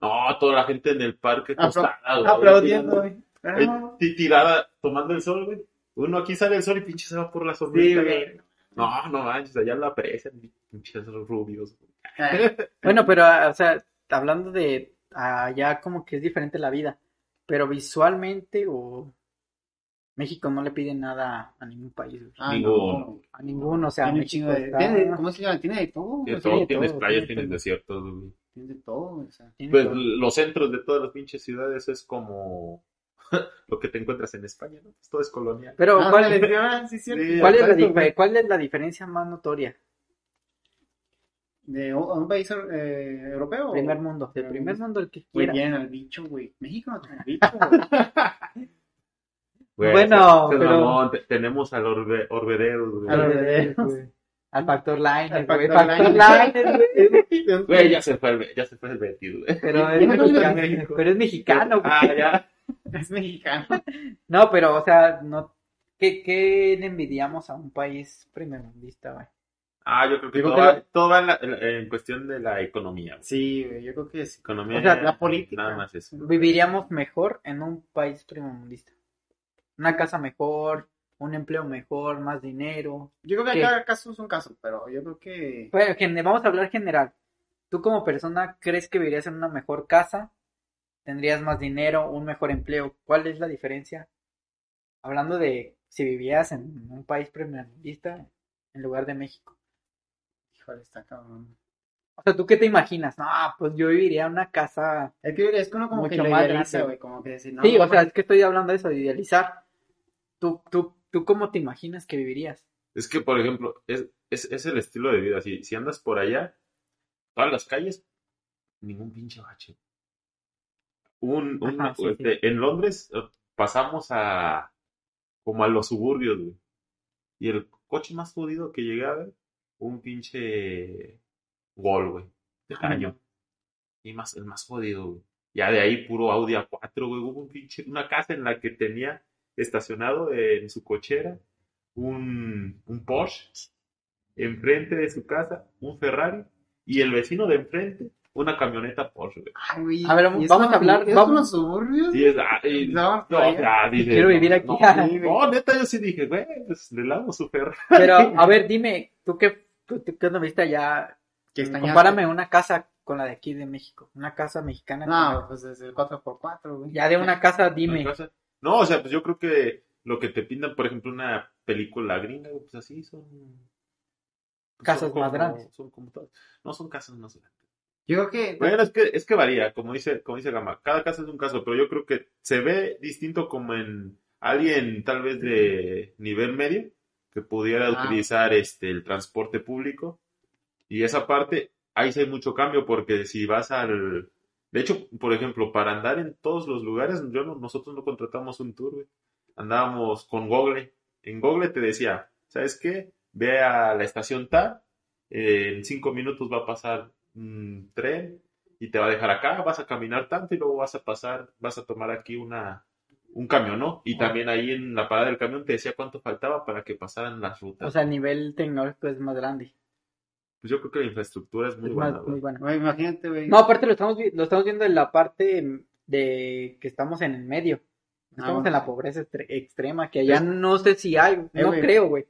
Speaker 4: No, toda la gente en el parque
Speaker 3: Apla-
Speaker 4: acostada, güey.
Speaker 3: Aplaudiendo, güey.
Speaker 4: Eh,
Speaker 3: Ah,
Speaker 4: ti- Tirada, tomando el sol, güey. Uno aquí sale el sol y pinche se va por la sombrita,
Speaker 3: Sí, güey.
Speaker 4: No, no manches, allá en la presa, pinches rubios. güey.
Speaker 2: Bueno, pero, ah, o sea, hablando de allá como que es diferente la vida, pero visualmente o México no le pide nada a ningún país, güey.
Speaker 3: Ah,
Speaker 4: Digo,
Speaker 3: no.
Speaker 2: a ninguno, o sea,
Speaker 3: Tiene un
Speaker 2: México
Speaker 3: chingo de.
Speaker 2: está- Ah,
Speaker 3: tiene- ¿Cómo se llama? Tiene de pues todo,
Speaker 4: De
Speaker 3: güey.
Speaker 4: todo,
Speaker 2: de
Speaker 4: tienes
Speaker 2: todo,
Speaker 4: playas,
Speaker 2: tiene
Speaker 4: tienes
Speaker 2: todo.
Speaker 4: desiertos, güey.
Speaker 3: Tiene de todo, güey. O sea.
Speaker 2: tiene
Speaker 4: Pues
Speaker 2: todo.
Speaker 4: los centros de todas las pinches ciudades es como lo que te encuentras en España, ¿no? Pues todo es colonial.
Speaker 2: Pero,
Speaker 3: Ah,
Speaker 2: ¿cuál,
Speaker 3: ándale, sí, ah, sí, cierto.
Speaker 4: Sí,
Speaker 2: cuál es la
Speaker 4: exacto,
Speaker 2: dife-
Speaker 4: güey.
Speaker 2: cuál es la diferencia más notoria?
Speaker 3: ¿De un un país eh, europeo? o-
Speaker 2: Primer mundo, del
Speaker 3: Primer
Speaker 2: primer
Speaker 3: mundo.
Speaker 2: mundo el que
Speaker 3: Güey,
Speaker 2: quiera.
Speaker 3: tienen al bicho, güey. México no tiene al bicho, güey.
Speaker 4: Güey, este,
Speaker 2: Bueno,
Speaker 4: se- se
Speaker 2: pero-
Speaker 4: mamó, te- tenemos al orbe, Orbedero, güey.
Speaker 3: Al
Speaker 2: Al
Speaker 3: Bebederos.
Speaker 2: Bebederos, Al Factor Line,
Speaker 3: Al
Speaker 2: güey.
Speaker 3: Factor
Speaker 2: Factor
Speaker 3: Liner.
Speaker 2: Liner, güey.
Speaker 4: Güey, ya se fue el, Be- ya se fue el Betis, güey.
Speaker 2: Pero
Speaker 3: Yo no vivo en
Speaker 2: es mexicano,
Speaker 4: México.
Speaker 2: pero es mexicano, güey.
Speaker 4: Ah, ya.
Speaker 3: Es mexicano.
Speaker 2: No, pero, o sea, no, ¿qué, qué le envidiamos a un país primermundista, güey?
Speaker 4: Ah, yo creo que
Speaker 3: Digo
Speaker 4: todo,
Speaker 3: que
Speaker 4: va,
Speaker 3: la-
Speaker 4: todo va en, la- en- en cuestión de la economía. güey.
Speaker 3: Sí, güey, yo creo que sí.
Speaker 4: Economía,
Speaker 2: O sea, la
Speaker 4: nada
Speaker 3: política.
Speaker 4: más eso.
Speaker 2: Viviríamos mejor en un país primermundista. Una casa mejor, un empleo mejor, más dinero.
Speaker 3: Yo creo que
Speaker 2: ¿Qué? Pues-
Speaker 3: cada caso es un caso, pero yo creo que.
Speaker 2: Bueno, gen- vamos a hablar general. ¿Tú como persona crees que vivirías en una mejor casa? ¿Tendrías más dinero, un mejor empleo? ¿Cuál es la diferencia? Hablando de si vivías en un país primermundista en lugar de México.
Speaker 3: Híjole, está cabrón.
Speaker 2: O sea, ¿tú qué te imaginas? No, pues yo viviría en una casa...
Speaker 3: Es que es que uno como
Speaker 2: Mucho
Speaker 3: que lo
Speaker 2: más
Speaker 3: idealiza,
Speaker 2: grande.
Speaker 3: güey. Como que decir, no.
Speaker 2: sí, o sea,
Speaker 3: güey,
Speaker 2: es que estoy hablando de eso, de idealizar. ¿Tú, tú, ¿Tú cómo te imaginas que vivirías?
Speaker 4: Es que, por ejemplo, es, es, es el estilo de vida. Si, si andas por allá, todas las calles, ningún pinche bache. Un, un-
Speaker 2: Ajá, sí,
Speaker 4: este, En Londres eh, pasamos a como a los suburbios, güey. Y el coche más jodido que llegaba, un pinche gol, güey. De
Speaker 3: Ah,
Speaker 4: caño. Y más, el más jodido, güey. Ya de ahí puro Audi A4, güey. Hubo un pinche, una casa en la que tenía estacionado eh, en su cochera un, un Porsche, enfrente de su casa un Ferrari y el vecino de enfrente una camioneta Porsche, güey.
Speaker 3: Ay, güey,
Speaker 2: A ver,
Speaker 3: ¿y es
Speaker 2: vamos
Speaker 3: como-
Speaker 2: a hablar-
Speaker 3: ¿Es
Speaker 2: vamos-
Speaker 3: como suburbios?
Speaker 4: Y es, ah, y-
Speaker 3: No,
Speaker 4: no,
Speaker 3: vaya.
Speaker 4: ya, dije,
Speaker 2: Quiero
Speaker 4: no,
Speaker 2: vivir aquí.
Speaker 4: No, sí, no, neta, yo sí dije, güey, pues le lavo su Ferrari.
Speaker 2: Pero, a ver, dime, ¿tú qué, tú, tú qué onda viste allá?
Speaker 3: Que extrañaste.
Speaker 2: Compárame una casa con la de aquí de México. Una casa mexicana. con
Speaker 3: No,
Speaker 2: la-
Speaker 3: pues es el 4x4, güey.
Speaker 2: Ya de una casa, dime.
Speaker 4: Una casa. No, o sea, pues yo creo que lo que te pintan, por ejemplo, una película gringa, güey, pues así son. pues
Speaker 2: Casas
Speaker 4: como-
Speaker 2: más grandes.
Speaker 4: Son como todas. No son casas más grandes.
Speaker 3: Yo creo que
Speaker 4: Bueno, es que, es que varía, como dice, como dice Gama. Cada caso es un caso, pero yo creo que se ve distinto como en alguien tal vez de nivel medio que pudiera
Speaker 3: Ah.
Speaker 4: utilizar este, el transporte público. Y esa parte, ahí sí hay mucho cambio porque si vas al... De hecho, por ejemplo, para andar en todos los lugares, yo no- nosotros no contratamos un tour, güey. Andábamos con Google. En Google te decía, ¿sabes qué? Ve a la estación tal, eh, en cinco minutos va a pasar un tren y te va a dejar acá, vas a caminar tanto y luego vas a pasar, vas a tomar aquí una, un camión, ¿no? Y también ahí en la parada del camión te decía cuánto faltaba para que pasaran las rutas.
Speaker 2: O sea, el nivel tecnológico es más grande.
Speaker 4: Pues yo creo que la infraestructura es muy
Speaker 2: es
Speaker 4: buena,
Speaker 2: más,
Speaker 4: güey.
Speaker 2: muy buena.
Speaker 3: Güey, imagínate, güey.
Speaker 2: No, aparte lo estamos, vi- lo estamos viendo en la parte de que estamos en el medio. Estamos
Speaker 3: Ah,
Speaker 2: en la pobreza estre- extrema, que allá no sé si hay, no
Speaker 3: Eh, güey.
Speaker 2: creo, güey.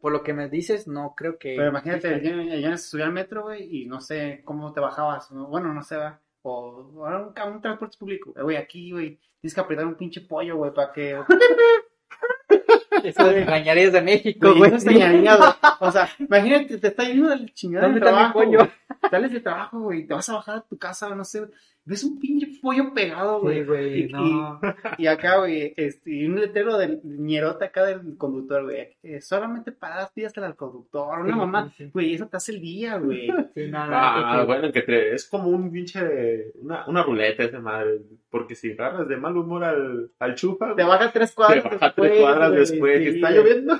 Speaker 2: Por lo que me dices, no creo que...
Speaker 3: Pero imagínate, ayer ayer subí al metro, güey, y no sé cómo te bajabas, ¿no? bueno, no sé, va. O ahora un, ca- un transporte público. Eh, Güey, aquí, güey, tienes que apretar un pinche pollo, güey, para que...
Speaker 2: Eso de engañarías de México,
Speaker 3: Güey,
Speaker 2: güey.
Speaker 3: eso está engañado. O sea, imagínate, te está yendo del chingado
Speaker 2: ¿Dónde
Speaker 3: del
Speaker 2: está mi
Speaker 3: trabajo.
Speaker 2: pollo?
Speaker 3: güey. Sales de trabajo, güey, te vas a bajar a tu casa, no sé, ves un pinche pollo pegado, güey.
Speaker 2: Sí, güey,
Speaker 3: Y-
Speaker 2: no.
Speaker 3: Y acá, güey, este, y un letrero del ñerota acá del conductor, güey. eh, solamente pagas, pídasela al conductor, una
Speaker 2: Sí,
Speaker 3: mamá.
Speaker 2: sí, sí.
Speaker 3: Güey, eso te hace el día, güey.
Speaker 2: Sí, no, no,
Speaker 4: Ah,
Speaker 2: creo que-
Speaker 4: bueno, que te- es como un pinche, una, una ruleta esa madre, porque si agarras de mal humor al, al chufa,
Speaker 3: Te
Speaker 4: güey,
Speaker 3: baja tres
Speaker 4: te
Speaker 3: cuadras
Speaker 4: baja
Speaker 3: después.
Speaker 4: tres cuadras
Speaker 3: güey,
Speaker 4: después,
Speaker 3: sí,
Speaker 4: que está
Speaker 3: güey.
Speaker 4: lloviendo,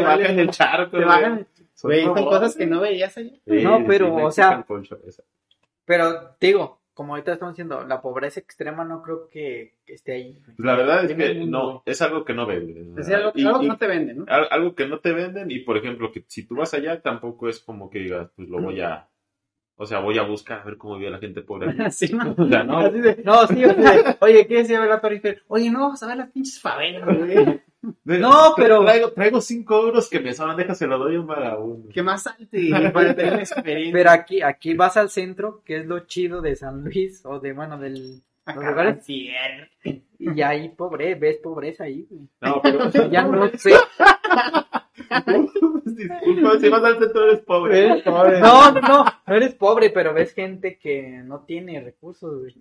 Speaker 3: vale,
Speaker 4: bajan el charco,
Speaker 3: Te
Speaker 4: güey.
Speaker 3: bajan.
Speaker 4: Son
Speaker 3: Güey, son
Speaker 4: robots,
Speaker 3: cosas que no veías allá.
Speaker 4: Sí,
Speaker 2: No,
Speaker 4: sí,
Speaker 2: pero,
Speaker 4: me
Speaker 2: o sea,
Speaker 4: explican con chorizo.
Speaker 2: Pero, te digo, como ahorita estamos diciendo, la pobreza extrema no creo que que esté ahí.
Speaker 4: Pues la verdad es
Speaker 2: Dime
Speaker 4: que
Speaker 2: el mundo, güey.
Speaker 4: no, es algo que no venden.
Speaker 3: Es decir, algo,
Speaker 4: Ah, Y-
Speaker 3: algo que
Speaker 4: y-
Speaker 3: no te venden, ¿no?
Speaker 4: al- algo que no te venden y, por ejemplo, que si tú vas allá tampoco es como que digas, pues lo voy a, o sea, voy a buscar a ver cómo vive la gente pobre. aquí.
Speaker 3: Así, ¿no?
Speaker 4: O sea, no,
Speaker 3: Así de,
Speaker 2: No, sí, o sea,
Speaker 3: oye, ¿quieres ir a ver la Torre Eiffel? Oye, no, vamos a ver las pinches favelas, güey.
Speaker 2: No, pero-
Speaker 4: Traigo, traigo cinco euros que me sobran, déjase, lo doy a un vagabundo.
Speaker 3: Que más salte para tener la experiencia.
Speaker 2: pero aquí, aquí vas al centro, que es lo chido de San Luis, o de, bueno, del...
Speaker 3: Acá,
Speaker 2: los lugares-
Speaker 3: Ah, sí, eh.
Speaker 2: Y ahí, pobre, ves pobreza ahí, güey.
Speaker 4: No, pero...
Speaker 2: Ya no sé.
Speaker 4: Disculpa, si vas al centro eres pobre.
Speaker 2: No, no, no eres pobre, pero ves gente que no tiene recursos, güey.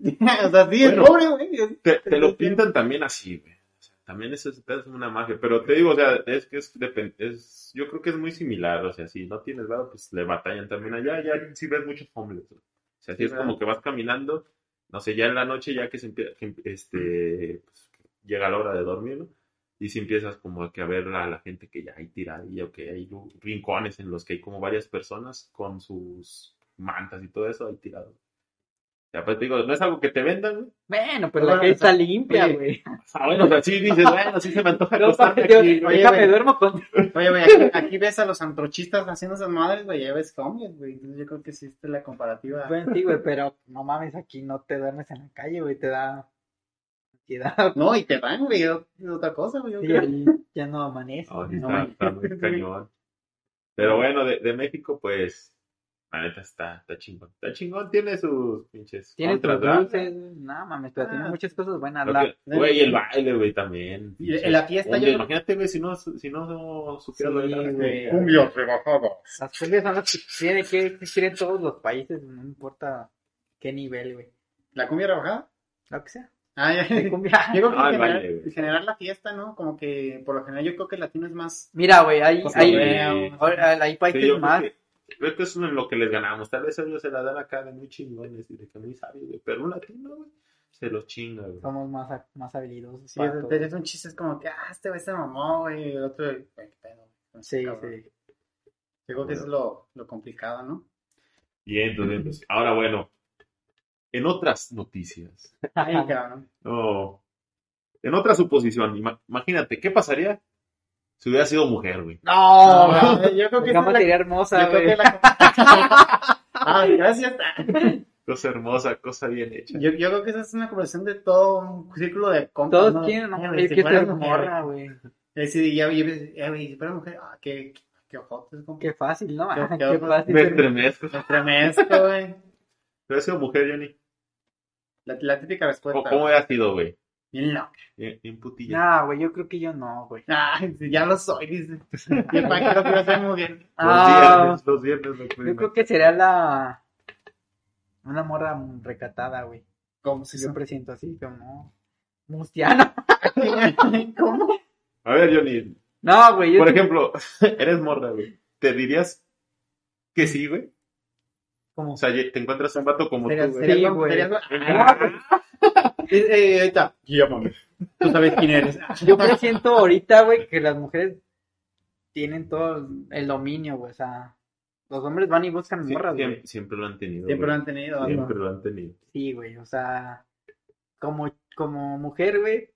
Speaker 3: o sea, sí, es
Speaker 4: Bueno.
Speaker 3: pobre, güey.
Speaker 4: Te, te lo pintan también así, güey. O sea, También eso es, es una magia, pero te digo, o sea, es que es, depen- es- yo creo que es muy similar, o sea, si no tienes lado, pues le batallan también allá, ya sí ves muchos hombres, o sea, si es como que vas caminando, no sé, ya en la noche, ya que se empie- que em- este, pues, llega la hora de dormir, ¿no? Y si empiezas como que a ver a la gente que ya hay tiradilla, o que hay lu- rincones en los que hay como varias personas con sus mantas y todo eso ahí tirado. Ya, pues te digo, no es algo que te vendan, güey,
Speaker 2: Bueno, pero
Speaker 3: Bueno,
Speaker 2: la calle
Speaker 3: o sea,
Speaker 2: está limpia,
Speaker 3: oye,
Speaker 2: güey.
Speaker 4: Ah, bueno, o sea, sí dices, bueno, sí se me antoja
Speaker 2: No,
Speaker 4: acostarme
Speaker 2: pa- yo-
Speaker 4: aquí, güey.
Speaker 3: oye,
Speaker 2: déjame
Speaker 3: güey.
Speaker 2: duermo con...
Speaker 3: Oye, güey, aquí, aquí ves a los antrochistas haciendo esas madres, güey, ya ves hombres, güey. Entonces yo creo que sí, esta es la comparativa.
Speaker 2: Bueno, sí, güey, pero no mames, aquí no te duermes en la calle, güey, te da ansiedad.
Speaker 3: No, y te van, güey, es otra cosa, güey. yo
Speaker 2: Sí,
Speaker 3: creo.
Speaker 2: ahí ya no amanece.
Speaker 4: No, Oh, sí
Speaker 2: no,
Speaker 4: está, está muy cañón. Pero bueno, de, de México, pues, la neta está, está chingón. Está chingón, tiene sus pinches
Speaker 2: Tiene tus
Speaker 4: contras, ¿verdad?
Speaker 2: dulces, no mames, pero tiene
Speaker 3: Ah.
Speaker 2: muchas cosas buenas.
Speaker 4: Lo
Speaker 2: La-
Speaker 4: que- Güey, el baile, güey, también.
Speaker 3: Y en la fiesta
Speaker 4: Cumbia,
Speaker 3: yo-
Speaker 4: Imagínate, güey, si no, si no, no supieras
Speaker 2: Sí,
Speaker 4: bailar,
Speaker 2: güey.
Speaker 3: Cumbias rebajadas.
Speaker 2: Las cumbias son las que tiene que existir en todos los países, no importa qué nivel, güey.
Speaker 3: ¿La cumbia rebajada?
Speaker 2: Lo que sea.
Speaker 3: Ah, ya.
Speaker 2: de cumbia.
Speaker 3: Yo creo que
Speaker 4: Ah, el
Speaker 3: generar,
Speaker 4: baile, güey.
Speaker 3: generar la fiesta, ¿no? Como que por lo general yo creo que el latino es más.
Speaker 2: Mira, güey, hay,
Speaker 3: Pues,
Speaker 2: hay,
Speaker 3: güey.
Speaker 2: ahora, hay
Speaker 4: Sí,
Speaker 2: países
Speaker 4: yo creo
Speaker 2: más.
Speaker 4: que- Creo que es en lo que les ganamos. Tal vez ellos se la dan acá de muy chingones y de que muy sabios, güey. Pero un latino, güey, se los chinga, güey.
Speaker 2: Somos más, más habilidosos.
Speaker 3: Sí,
Speaker 2: para
Speaker 3: es,
Speaker 2: todo.
Speaker 3: es un chiste, es como que, ah, este güey se mamó, güey, y el otro, güey, qué pedo.
Speaker 2: Sí,
Speaker 3: Cabrón.
Speaker 2: sí.
Speaker 3: Yo creo que eso es lo, lo complicado, ¿no?
Speaker 4: Bien, entonces, bien, pues. Ahora, bueno, En otras noticias.
Speaker 3: Ay, cabrón.
Speaker 4: No. En otra suposición, ima- imagínate, ¿qué pasaría si hubiera sido mujer, güey?
Speaker 3: No,
Speaker 2: No,
Speaker 3: güey, yo creo que
Speaker 2: Una
Speaker 3: esa es la-
Speaker 2: materia
Speaker 3: yo
Speaker 2: hermosa,
Speaker 3: creo que
Speaker 2: güey.
Speaker 3: es la- Ay, gracias.
Speaker 4: Cosa hermosa, cosa bien hecha.
Speaker 3: Yo, yo creo que esa es una conversación de todo un círculo de compas.
Speaker 2: Todos
Speaker 3: ¿no?
Speaker 2: tienen un
Speaker 3: Ay, güey,
Speaker 2: güey
Speaker 3: si
Speaker 2: que
Speaker 3: fueras
Speaker 2: te
Speaker 3: mujer,
Speaker 2: morra, güey.
Speaker 3: güey. Sí, ya, ya, ya, güey, si fuera mujer, ah, qué, qué ojotes, compa.
Speaker 2: Qué fácil, ¿no?
Speaker 3: Qué-
Speaker 2: Qué,
Speaker 3: qué-
Speaker 2: fácil.
Speaker 4: Me estremezco. Si
Speaker 3: Me estremezco, güey.
Speaker 4: hubiera sido mujer, Johnny.
Speaker 3: La, la típica
Speaker 4: ¿Cómo,
Speaker 3: respuesta.
Speaker 4: cómo hubiera sido, güey?
Speaker 3: Bien loca.
Speaker 4: Bien, bien putilla.
Speaker 2: Nah, güey, yo creo que yo no, güey.
Speaker 3: Ay, sí, ya lo soy, dice. Y para que lo quiero hacer muy bien.
Speaker 4: Los
Speaker 2: Ah.
Speaker 4: viernes, los viernes. me
Speaker 2: Yo
Speaker 4: cuido.
Speaker 2: creo que sería la. Una morra recatada, güey.
Speaker 3: ¿Cómo se
Speaker 2: Yo siempre siento así, como. Mustiano.
Speaker 3: ¿Cómo?
Speaker 4: A ver, Johnny,
Speaker 2: No, güey. yo
Speaker 4: por
Speaker 2: sí-
Speaker 4: ejemplo, eres morra, güey. ¿Te dirías que sí, güey?
Speaker 2: Como-
Speaker 4: O sea, ye- te encuentras un vato como tú,
Speaker 3: Sería-
Speaker 4: güey.
Speaker 3: sería
Speaker 2: Sí,
Speaker 3: algo-
Speaker 2: güey.
Speaker 3: sería algo-
Speaker 4: Ah,
Speaker 3: Eh, eh, ahorita. Guillermo, Tú sabes quién eres.
Speaker 2: Yo siento ahorita, güey, que las mujeres tienen todo el dominio, güey. O sea, los hombres van y buscan
Speaker 4: Sí,
Speaker 2: morras,
Speaker 4: siempre,
Speaker 2: güey.
Speaker 4: siempre lo han tenido.
Speaker 3: Siempre lo
Speaker 4: güey.
Speaker 3: han tenido.
Speaker 4: Siempre
Speaker 3: ¿no?
Speaker 4: lo han tenido.
Speaker 2: Sí, güey. O sea, como, como mujer, güey,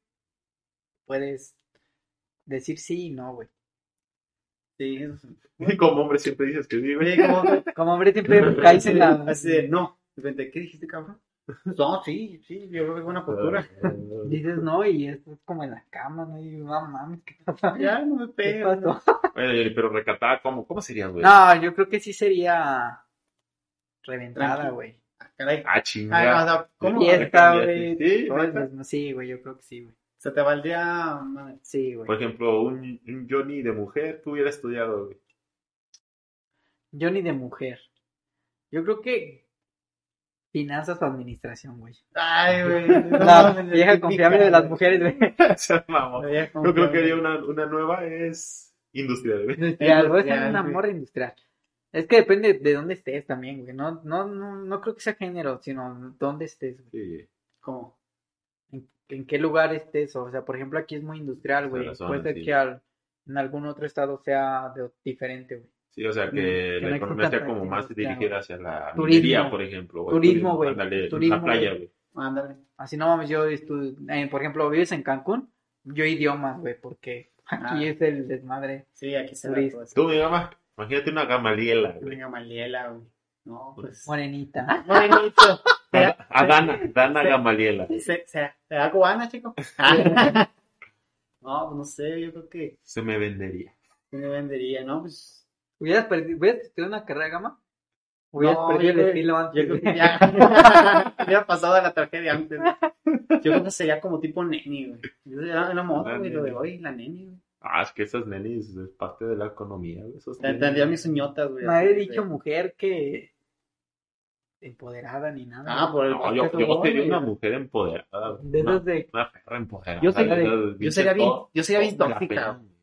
Speaker 2: puedes decir sí y no, güey.
Speaker 3: Sí, eso sí.
Speaker 4: Y como hombre siempre dices que sí, güey.
Speaker 3: Oye, ¿cómo?
Speaker 2: Como hombre siempre caes en la.
Speaker 3: Así de, no. De repente, ¿qué dijiste, cabrón? No, sí, sí, yo creo que es buena postura.
Speaker 4: Ah,
Speaker 2: Dices no y esto es como en la cama, ¿no? Y no mames, ¿qué pasa?
Speaker 3: Ya, no me
Speaker 2: ¿Qué
Speaker 3: pego.
Speaker 2: pasó?
Speaker 4: Bueno, Johnny, Eh, pero recatada, ¿cómo? ¿Cómo sería, güey?
Speaker 2: No, yo creo que sí sería reventada,
Speaker 3: Tranquilo.
Speaker 2: güey.
Speaker 3: Ah, Caray.
Speaker 4: Ah,
Speaker 3: Ay, o
Speaker 4: chingada.
Speaker 3: sea, ¿cómo?
Speaker 2: Bien.
Speaker 4: Le
Speaker 2: Fiesta,
Speaker 4: cambiaste.
Speaker 2: güey,
Speaker 4: Sí,
Speaker 2: Todo el
Speaker 4: neta.
Speaker 2: desma- Sí, güey, yo creo que sí, güey.
Speaker 3: Se te va el día. madre.
Speaker 2: Sí, güey.
Speaker 4: Por ejemplo, un, un Johnny de mujer, tú hubiera estudiado, güey.
Speaker 2: Yo ni de mujer. Yo creo que finanzas o administración, güey.
Speaker 3: Ay, güey. no
Speaker 2: La
Speaker 3: mames,
Speaker 2: vieja
Speaker 3: típica,
Speaker 2: confiable de las mujeres, güey.
Speaker 4: O sea,
Speaker 3: güey.
Speaker 4: mamón.
Speaker 3: La vieja
Speaker 4: Yo creo que
Speaker 3: confiable.
Speaker 4: haría una, una nueva es industrial, güey.
Speaker 2: Industrial, voy a ser
Speaker 3: Industrial,
Speaker 2: una
Speaker 3: güey.
Speaker 2: morra industrial. Es que depende de dónde estés también, güey. No, no, no, no creo que sea género, sino dónde estés, güey.
Speaker 4: Sí,
Speaker 3: ¿Cómo?
Speaker 2: En, en qué lugar estés. O sea, por ejemplo, aquí es muy industrial, güey.
Speaker 4: la zona,
Speaker 2: Puede ser
Speaker 4: sí.
Speaker 2: que al- en algún otro estado sea de- diferente, güey.
Speaker 4: sí, o sea,
Speaker 2: Mm,
Speaker 4: que,
Speaker 2: Que no
Speaker 4: la economía
Speaker 2: exista
Speaker 4: sea como más
Speaker 2: práctica,
Speaker 4: dirigida hacia la
Speaker 2: Turismo.
Speaker 4: minería, por ejemplo. o el
Speaker 2: Turismo, güey.
Speaker 4: Ándale,
Speaker 2: Turismo,
Speaker 4: la playa,
Speaker 2: güey.
Speaker 4: güey.
Speaker 3: Ándale.
Speaker 2: Así no mames, yo estu- eh, por ejemplo, vives en Cancún, yo idiomas, güey, porque aquí
Speaker 3: Ah.
Speaker 2: es el desmadre.
Speaker 3: Sí, aquí se
Speaker 2: Turista.
Speaker 3: la cosa.
Speaker 4: Tú, mi mamá, imagínate una gamaliela, güey.
Speaker 3: Venga, Maliela, güey. No, pues.
Speaker 2: Morenita.
Speaker 3: Morenito.
Speaker 4: A,
Speaker 3: ¿Será,
Speaker 4: a Ah, Dana, Dana
Speaker 3: Sí.
Speaker 4: Gamaliela.
Speaker 3: se- será- será cubana, chico? Ah. no, pues no sé, yo creo que
Speaker 4: Se me vendería.
Speaker 3: sí me vendería, ¿no? Pues.
Speaker 2: ¿Hubieras perdido, hubieras estudiado una carrera gama? Hubieras
Speaker 3: no,
Speaker 2: perdido
Speaker 3: yo
Speaker 2: el
Speaker 3: creo-
Speaker 2: estilo
Speaker 3: Yo
Speaker 2: antes.
Speaker 3: creo
Speaker 2: güey.
Speaker 3: que ya. Hubiera pasado a la tragedia antes. Yo creo que sería como tipo neni, güey. Yo era una moda,
Speaker 4: La
Speaker 3: güey, lo de
Speaker 4: neni.
Speaker 3: hoy, la neni, güey.
Speaker 4: Ah, es que esas nenis es parte de la economía, güey. Esos
Speaker 3: Te-
Speaker 4: nenis.
Speaker 3: Tendría mis uñotas, güey.
Speaker 2: No he
Speaker 3: así,
Speaker 2: dicho
Speaker 3: güey.
Speaker 2: mujer que empoderada ni nada.
Speaker 3: Ah, por el
Speaker 4: No, yo,
Speaker 3: podcast,
Speaker 4: yo
Speaker 3: güey.
Speaker 4: sería una mujer empoderada. güey.
Speaker 2: de
Speaker 4: Una-
Speaker 2: esas de,
Speaker 4: Una perra empoderada.
Speaker 3: Yo sería-
Speaker 4: de esas
Speaker 3: Yo
Speaker 4: bichas
Speaker 3: sería bien,
Speaker 4: todas-
Speaker 3: yo sería bien
Speaker 4: todas la
Speaker 3: tóxica.
Speaker 4: pelan, güey.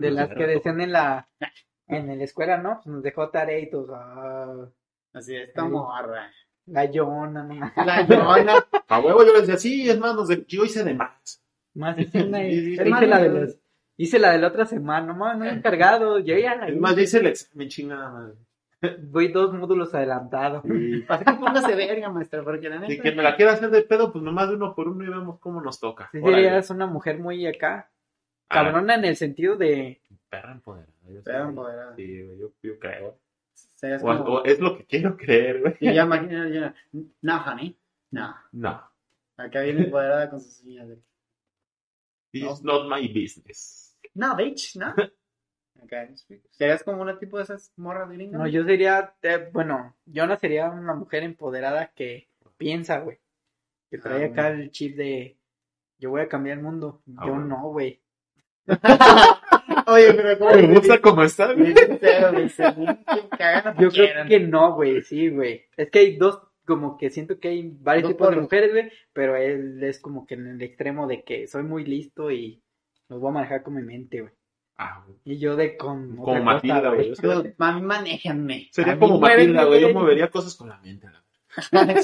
Speaker 2: de las que
Speaker 4: Perra
Speaker 2: decían en la
Speaker 4: Ah.
Speaker 2: en la escuela, ¿no? Pues nos dejó tarea y todos, ah,
Speaker 3: Así es, esta
Speaker 2: Sí.
Speaker 3: morra.
Speaker 2: gallona, no,
Speaker 3: La llorona.
Speaker 4: A huevo yo les decía, sí, es más, nos de- yo hice de más.
Speaker 2: Más hice, una-
Speaker 4: Sí, sí,
Speaker 2: hice
Speaker 4: sí.
Speaker 2: la de los- hice la de la otra semana, no mames, no he encargado, yo ya la
Speaker 4: Es más, yo hice el examen, chingada madre.
Speaker 2: voy dos módulos adelantado.
Speaker 4: Y
Speaker 3: Para que póngase verga, maestra, porque la
Speaker 4: y que
Speaker 3: neta.
Speaker 4: me la quiera hacer de pedo, pues nomás de uno por uno y vemos cómo nos toca.
Speaker 2: Sí,
Speaker 4: Órale.
Speaker 2: serías una mujer muy acá,
Speaker 4: A la
Speaker 2: cabrona en el sentido de
Speaker 4: Perra empoderada. yo
Speaker 3: Perra
Speaker 4: sé.
Speaker 3: empoderada.
Speaker 4: Sí, güey, yo, yo creo.
Speaker 3: Serías
Speaker 4: O,
Speaker 3: como-
Speaker 4: o es lo que quiero creer, güey.
Speaker 3: Y ya imagina, ya. No, honey. No.
Speaker 4: No.
Speaker 3: Acá viene empoderada con sus uñas. de-
Speaker 4: It's not my business.
Speaker 3: No, bitch, no. Acá. Serías como una tipo de esas morras gringas.
Speaker 2: No, yo sería, eh, bueno, yo no sería una mujer empoderada que piensa, güey. Que trae
Speaker 3: Ah,
Speaker 2: acá el chip de yo voy a cambiar el mundo.
Speaker 4: Ah,
Speaker 2: yo
Speaker 4: bueno.
Speaker 2: no, güey.
Speaker 3: Oye, pero como.
Speaker 4: Me gusta cómo está, güey.
Speaker 3: Bien sincero, güey, según quien cagan,
Speaker 2: Yo creo
Speaker 3: quieran.
Speaker 2: que no, güey, sí, güey. Es que hay dos, como que siento que hay varios
Speaker 3: Dos
Speaker 2: tipos de
Speaker 3: polos.
Speaker 2: mujeres, güey, pero él es como que en el extremo de que soy muy listo y los voy a manejar con mi mente, güey.
Speaker 4: Ah, güey.
Speaker 2: Y yo de con
Speaker 4: Como
Speaker 2: otra cosa,
Speaker 4: Matilda, güey. Yo sería-
Speaker 3: Tú, mami, manéjenme.
Speaker 4: Sería
Speaker 2: mí
Speaker 4: como
Speaker 2: muéveme,
Speaker 4: Matilda, güey. Yo
Speaker 2: güey.
Speaker 4: movería cosas con la mente. la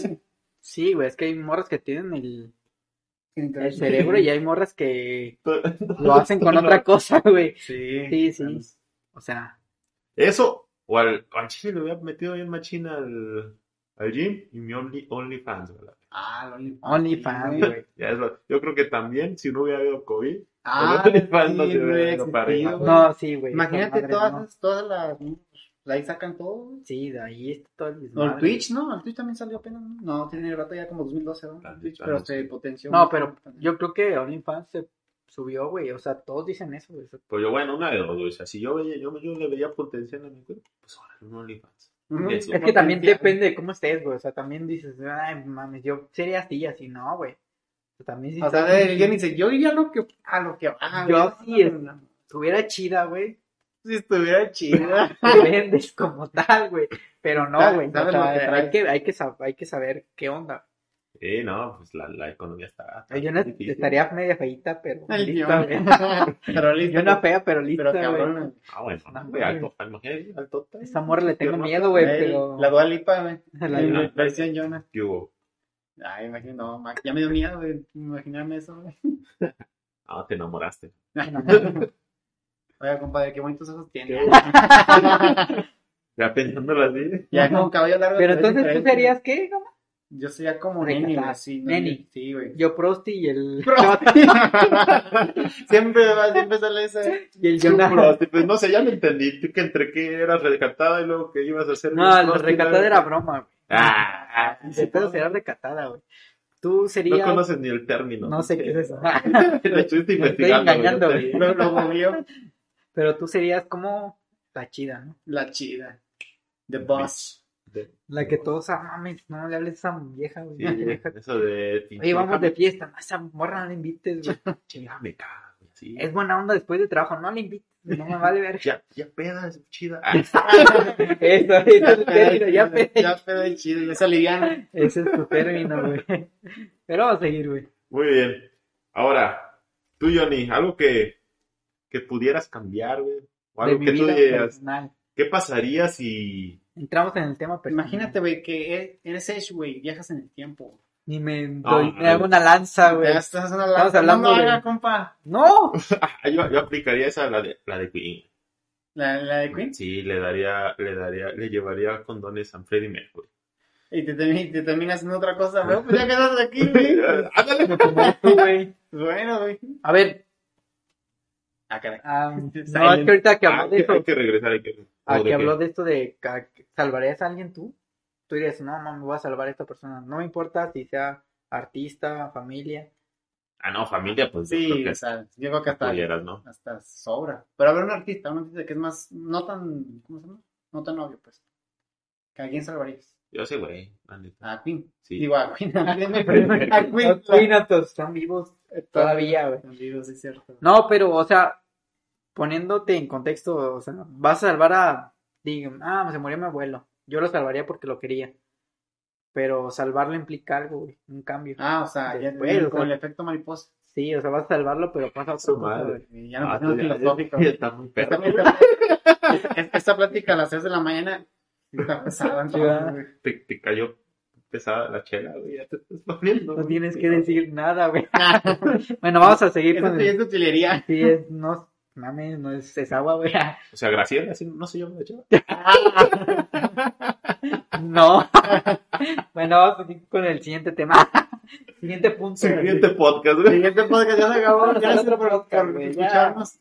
Speaker 2: Sí, güey, es que hay morras que tienen el, el cerebro y hay morras que
Speaker 4: verdad.
Speaker 2: lo hacen con otra cosa, güey.
Speaker 3: Sí,
Speaker 2: Sí, sí. O sea,
Speaker 4: Eso, o al, al chile le hubiera metido bien machina al, al gym y mi only, OnlyFans, ¿verdad?
Speaker 3: Ah, el OnlyFans.
Speaker 2: OnlyFans, güey.
Speaker 4: Ya es lo- yo creo que también, si no hubiera habido COVID,
Speaker 3: Ah,
Speaker 4: El OnlyFans no
Speaker 3: sí,
Speaker 4: se hubiera
Speaker 3: güey,
Speaker 4: ido para
Speaker 3: existido,
Speaker 4: arriba.
Speaker 3: güey.
Speaker 2: No, sí, güey.
Speaker 3: Imagínate
Speaker 2: esa madre,
Speaker 3: todas,
Speaker 2: no.
Speaker 3: esas- todas las. de Ahí sacan todo. güey.
Speaker 2: Sí, de ahí está todo el
Speaker 3: O el
Speaker 2: desmadre.
Speaker 3: Twitch, ¿no? El Twitch también salió apenas. ¿no? No, tiene el rato ya como 2012, ¿no?
Speaker 4: Claro,
Speaker 3: El Twitch,
Speaker 4: claro.
Speaker 3: pero se potenció.
Speaker 2: No,
Speaker 3: mucho.
Speaker 2: pero yo creo que OnlyFans se subió, güey. O sea, todos dicen eso, güey.
Speaker 4: Pues yo, bueno, una de dos, güey. O sea, si yo, veía, yo, yo le veía potencial a mi cuerpo, pues ahora un OnlyFans.
Speaker 3: Ujú.
Speaker 4: Es que
Speaker 2: Es que también depende de cómo estés, güey. O sea, también dices, ay, mames, yo sería así, y así, no, güey. Pero También si
Speaker 3: O sea,
Speaker 2: estás-
Speaker 3: de- yo ni sé, yo iría a lo que. A lo que. Ah,
Speaker 2: Yo
Speaker 3: güey,
Speaker 2: sí
Speaker 3: no, no, no, no.
Speaker 2: estuviera chida, güey.
Speaker 3: Si estuviera chida.
Speaker 2: te vendes como tal, güey. Pero no,
Speaker 3: Sabes-
Speaker 2: güey. o
Speaker 3: sabes
Speaker 2: sea,
Speaker 3: lo que
Speaker 2: hay,
Speaker 3: traes.
Speaker 2: que, hay, que sab- hay que saber qué onda.
Speaker 4: Eh, no, pues la, la economía está. está
Speaker 2: Yo no
Speaker 4: difícil.
Speaker 2: estaría media feita, pero
Speaker 3: El
Speaker 2: lista,
Speaker 3: guión.
Speaker 2: güey.
Speaker 3: Pero listo.
Speaker 2: Yo no fea, pero lista,
Speaker 3: Pero
Speaker 2: güey.
Speaker 3: cabrón.
Speaker 4: Ah, bueno,
Speaker 2: No,
Speaker 4: güey,
Speaker 2: güey.
Speaker 4: alto, imagínate, alto.
Speaker 2: Esa morra le tengo
Speaker 4: Yo no-
Speaker 2: miedo, güey,
Speaker 3: Ey,
Speaker 2: pero...
Speaker 3: La Dua Lipa, güey.
Speaker 2: La-
Speaker 3: La versión Jonah.
Speaker 4: ¿Qué hubo?
Speaker 3: Ay, imagino, no, ma- ya me dio miedo, güey, imaginarme eso, güey.
Speaker 4: Ah, te enamoraste.
Speaker 3: Oiga, compadre, qué bonitos ojos tiene.
Speaker 4: Ya pensándolo así.
Speaker 3: Ya con cabello largo.
Speaker 2: Pero
Speaker 3: te ves
Speaker 2: entonces, ¿tú
Speaker 3: diferente.
Speaker 2: serías qué, gama?
Speaker 3: Yo sería como
Speaker 2: Recatada.
Speaker 3: neni, güey, así. ¿no?
Speaker 2: Neni.
Speaker 3: Sí, güey.
Speaker 2: Yo Prosti y el...
Speaker 3: siempre va, siempre sale ese.
Speaker 2: Y el
Speaker 4: Tú,
Speaker 2: Jonah.
Speaker 4: pero, pues no sé, ya lo entendí. Tú que entre que eras recatada y luego que ibas a hacer. pues,
Speaker 2: No, la recatada era broma, güey.
Speaker 4: Ah,
Speaker 2: De pedo será recatada, güey. Tú
Speaker 4: no
Speaker 2: serías...
Speaker 4: conoces ni el término.
Speaker 2: No sé qué es eso.
Speaker 4: Lo estuviste
Speaker 2: Me estoy
Speaker 4: investigando. güey.
Speaker 2: engañando, güey.
Speaker 3: Lo, lo movió.
Speaker 2: Pero tú serías como la chida, ¿no?
Speaker 3: La chida. The Boss.
Speaker 2: La que todos, ah, mames, no le hables a esa vieja, güey.
Speaker 4: Sí, eso de.
Speaker 2: Oye, vamos de fiesta, no, esa morra no la invites, güey.
Speaker 4: Ya me cago, güey, así.
Speaker 2: Es buena onda después de trabajo, no la invites, no me vale ver.
Speaker 4: Ya, ya peda, es chida. Ah,
Speaker 2: eso, ese es tu término, ya pe-
Speaker 3: Ya pedo de chido, ya se aliviana.
Speaker 2: Ese es tu término, güey. Pero vamos a seguir, güey.
Speaker 4: Muy bien. Ahora, tú, Johnny, algo que, que pudieras cambiar, güey. O
Speaker 2: De
Speaker 4: algo
Speaker 2: mi
Speaker 4: que tú
Speaker 2: vida
Speaker 4: dirías.
Speaker 2: personal.
Speaker 4: ¿Qué pasaría si.
Speaker 2: Entramos en el tema personal.
Speaker 3: Imagínate, güey, que e- eres Edge, güey, viajas en el tiempo.
Speaker 2: Ni me doy,
Speaker 4: No,
Speaker 2: me hago una lanza, Ah, güey.
Speaker 3: Ya estás haciendo
Speaker 2: Estamos
Speaker 3: la...
Speaker 2: hablando
Speaker 3: No lo
Speaker 2: de-
Speaker 3: haga, compa.
Speaker 2: ¡No!
Speaker 4: Ah, yo, yo aplicaría esa, la de, la de Queen.
Speaker 3: La, la de Queen.
Speaker 4: Sí, le daría, le daría, le llevaría condones a Freddie Mercury.
Speaker 3: Y te, termi- te terminas en otra cosa, güey. Pues ya quedaste aquí, güey.
Speaker 4: Ándale.
Speaker 2: Como tú, güey.
Speaker 3: Bueno, güey.
Speaker 2: A ver,
Speaker 3: Ah, caray.
Speaker 2: ah, no, es que
Speaker 3: Silent.
Speaker 2: ahorita que
Speaker 4: Ah,
Speaker 2: habló de
Speaker 4: hay que-
Speaker 2: eso,
Speaker 4: hay que regresar. Hay que,
Speaker 2: a
Speaker 4: ¿O de
Speaker 2: que
Speaker 4: qué?
Speaker 2: habló de esto de ca- salvarías a alguien tú, tú dirías, no, no, me voy a salvar a esta persona. No me importa si sea artista, familia.
Speaker 4: Ah, no, familia, pues. yo creo
Speaker 3: Sí,
Speaker 4: que
Speaker 3: o sea, yo creo que hasta,
Speaker 4: pudieras, ¿no?
Speaker 3: hasta sobra. Pero habrá un artista, un artista que es más, no tan, ¿cómo se llama? No tan obvio, pues. Que alguien salvarías.
Speaker 4: Yo sé, güey. la neta.
Speaker 3: A Queen.
Speaker 4: Sí.
Speaker 3: Digo, a Queen. A Queen, a Queen.
Speaker 2: Cuínatos, están vivos eh, todavía, güey.
Speaker 3: Digo, sí, es cierto.
Speaker 2: No, pero, o sea, poniéndote en contexto, o sea, vas a salvar a, digan, ah, se murió mi abuelo. Yo lo salvaría porque lo quería. Pero salvarlo implica algo, güey, un cambio.
Speaker 3: Ah, o sea, ya,
Speaker 2: Después, o
Speaker 3: con
Speaker 2: sea-
Speaker 3: el efecto mariposa.
Speaker 2: Sí, o sea, vas a salvarlo, pero pasa otra
Speaker 4: Su
Speaker 2: cosa,
Speaker 4: madre.
Speaker 2: güey.
Speaker 3: Y Ya no
Speaker 4: Ah,
Speaker 3: pusimos
Speaker 4: ya- ya-
Speaker 3: filosófico.
Speaker 4: ya está muy
Speaker 3: Esta,
Speaker 4: perro.
Speaker 3: esta- esta- esta plática a las 6 de la mañana está pesada.
Speaker 2: Sí, ¿verdad?
Speaker 3: entonces,
Speaker 4: te, te cayó pesada la chela, güey, ya te estás poniendo.
Speaker 2: No
Speaker 4: güey.
Speaker 2: Pues tienes que decir nada, güey.
Speaker 3: Ah.
Speaker 2: Bueno, vamos a seguir
Speaker 3: Eso
Speaker 2: con
Speaker 3: sí
Speaker 2: el...
Speaker 3: es de utilería.
Speaker 2: Sí, es, no, mames, no es, es agua, güey.
Speaker 4: O sea, Graciela, así no se llama la chela.
Speaker 2: No. Bueno, vamos a seguir con el siguiente tema. Siguiente punto.
Speaker 4: Siguiente este podcast, güey.
Speaker 3: Siguiente podcast ya se acabó.
Speaker 2: Vámonos al
Speaker 3: Gracias
Speaker 2: otro
Speaker 3: por,
Speaker 2: podcast,
Speaker 3: por
Speaker 2: güey, ya.
Speaker 3: escucharnos.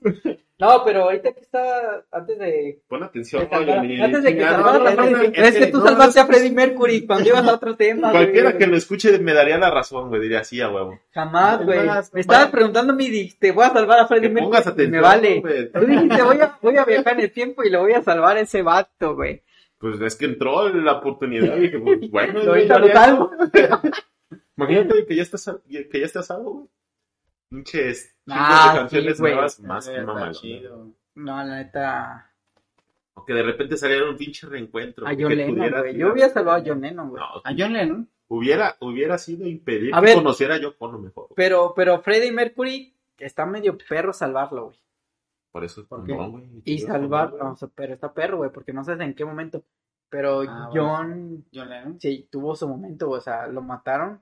Speaker 2: No, pero ahorita que estaba, antes de...
Speaker 4: Pon atención,
Speaker 2: de salvar-
Speaker 4: Johnny.
Speaker 2: antes de que
Speaker 4: Ya,
Speaker 2: salvara
Speaker 4: no,
Speaker 2: la
Speaker 4: no, no,
Speaker 2: Freddy- es que tú
Speaker 4: no,
Speaker 2: salvaste a Freddie Mercury cuando ibas a otro tema, güey.
Speaker 4: Cualquiera que lo escuche me daría la razón, güey, diría así a huevo.
Speaker 2: Jamás, güey.
Speaker 3: Jamás,
Speaker 2: Me
Speaker 3: compadre.
Speaker 2: estabas preguntando mi di- te voy a salvar a
Speaker 4: Que
Speaker 2: Freddie Mercury.
Speaker 4: pongas atención.
Speaker 2: me vale.
Speaker 4: güey.
Speaker 2: Tú dijiste, voy a, voy a viajar en el tiempo y le voy a salvar a ese vato, güey.
Speaker 4: Pues es que entró la oportunidad y dije, pues, bueno, güey,
Speaker 2: Ahorita lo
Speaker 4: ya-
Speaker 2: salvo.
Speaker 4: Imagínate güey, que ya estás, a- que ya estás salvo, güey. Pinches
Speaker 2: Ah,
Speaker 4: chingos de canciones
Speaker 2: sí, güey.
Speaker 4: nuevas más que
Speaker 3: Está
Speaker 4: mamá.
Speaker 3: chido.
Speaker 2: No, la neta...
Speaker 4: O que de repente saliera un pinche reencuentro.
Speaker 2: A
Speaker 4: güey,
Speaker 2: John
Speaker 4: que
Speaker 2: Lennon,
Speaker 4: pudieras
Speaker 2: güey.
Speaker 4: ir
Speaker 2: Yo
Speaker 4: a-
Speaker 2: hubiera salvado a John Lennon, güey.
Speaker 4: No,
Speaker 3: A John Lennon.
Speaker 4: Hubiera, hubiera sido impedir
Speaker 2: A
Speaker 4: que
Speaker 2: ver.
Speaker 4: conociera a Yoko Ono mejor. güey.
Speaker 2: Pero, pero Freddie Mercury está medio perro salvarlo, güey.
Speaker 4: Por eso es
Speaker 3: ¿Por
Speaker 4: condón,
Speaker 3: qué?
Speaker 4: güey.
Speaker 2: Y
Speaker 4: Yo
Speaker 2: salvar, ah.
Speaker 4: condón,
Speaker 2: o sea, pero está perro, güey, porque no sabes en qué momento. Pero
Speaker 3: Ah, bueno.
Speaker 2: John
Speaker 3: John Lennon.
Speaker 2: sí, tuvo su momento, güey, o sea, lo mataron.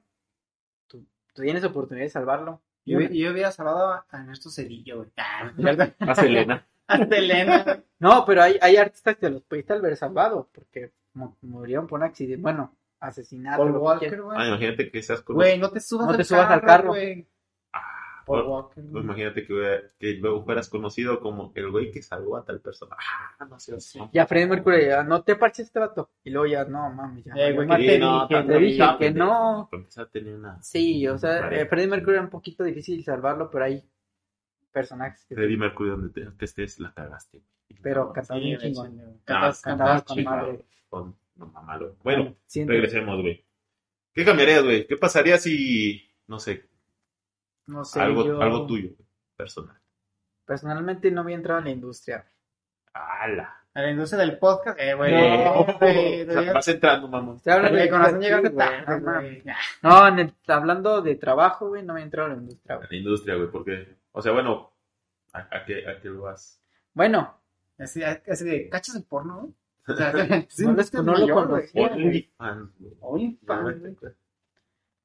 Speaker 2: Tú, tú tienes oportunidad de salvarlo.
Speaker 3: Yo,
Speaker 2: Una.
Speaker 3: yo hubiera salvado a a Ernesto Cedillo, güey. Ah,
Speaker 4: güey. A Selena.
Speaker 3: Hasta Elena.
Speaker 2: No, pero hay, hay artistas que los pudiste haber salvado, porque mu- murieron por un accidente. Bueno, asesinato,
Speaker 3: Paul
Speaker 2: lo que
Speaker 3: Walker,
Speaker 2: quieras.
Speaker 3: güey.
Speaker 4: Ah, imagínate que seas con
Speaker 3: Güey, no te subas,
Speaker 2: No
Speaker 3: al,
Speaker 2: te subas
Speaker 3: carro,
Speaker 2: al carro.
Speaker 3: güey.
Speaker 4: Ah,
Speaker 3: Paul
Speaker 4: por-
Speaker 3: Walker.
Speaker 4: pues
Speaker 3: güey.
Speaker 4: imagínate que, que luego fueras conocido como el güey que salvó a tal persona. Ah, no sé.
Speaker 2: Ya Freddy Mercury, ya, no te parches este vato. Y luego ya, no mames, ya.
Speaker 3: Eh,
Speaker 2: ya
Speaker 3: güey,
Speaker 2: mate-
Speaker 3: que-
Speaker 4: no,
Speaker 3: te
Speaker 4: también,
Speaker 2: te dije
Speaker 4: también,
Speaker 2: que no.
Speaker 4: Empezó a tener una...
Speaker 2: Sí, o sea,
Speaker 4: Vale.
Speaker 2: eh, Freddie Mercury era un poquito difícil salvarlo, pero hay personajes que.
Speaker 4: Freddie Mercury, donde te, que estés, la cagaste.
Speaker 2: Pero
Speaker 4: No,
Speaker 2: cantaba
Speaker 3: Sí,
Speaker 2: bien
Speaker 3: güey,
Speaker 2: chingón.
Speaker 3: sí, güey. Cantabas-
Speaker 4: Cantabas-
Speaker 2: Cantaba
Speaker 3: cantabas
Speaker 2: con
Speaker 3: chingón.
Speaker 2: madre.
Speaker 4: con- no, mamalo. Bueno,
Speaker 2: Siento-
Speaker 4: regresemos, güey. ¿Qué cambiarías, güey? ¿Qué pasaría si, no sé,
Speaker 3: No sé,
Speaker 4: algo,
Speaker 3: yo-
Speaker 4: algo tuyo, güey, personal?
Speaker 2: Personalmente no había entrado en la industria.
Speaker 4: ¡Hala!
Speaker 3: A la industria del podcast, eh, güey.
Speaker 4: No,
Speaker 3: güey,
Speaker 4: O sea,
Speaker 3: deberías-
Speaker 4: vas entrando, mamón.
Speaker 2: Te hablo
Speaker 3: Güey,
Speaker 2: de-
Speaker 3: con razón
Speaker 2: sí,
Speaker 3: llegaste
Speaker 2: güey,
Speaker 3: tarde,
Speaker 2: no mames.
Speaker 3: güey.
Speaker 2: No, en el- hablando de trabajo, güey, no había entrado en la industria. güey.
Speaker 4: La industria, güey, porque... O sea, bueno, ¿a, a qué, a qué lo vas?
Speaker 2: Bueno,
Speaker 3: Así, así de, ¿cachas el porno? güey? O sea,
Speaker 2: no lo-
Speaker 3: es que
Speaker 2: no lo
Speaker 3: mayor, güey.
Speaker 2: conocía, güey.
Speaker 4: OnlyFans, güey.
Speaker 3: OnlyFans, güey.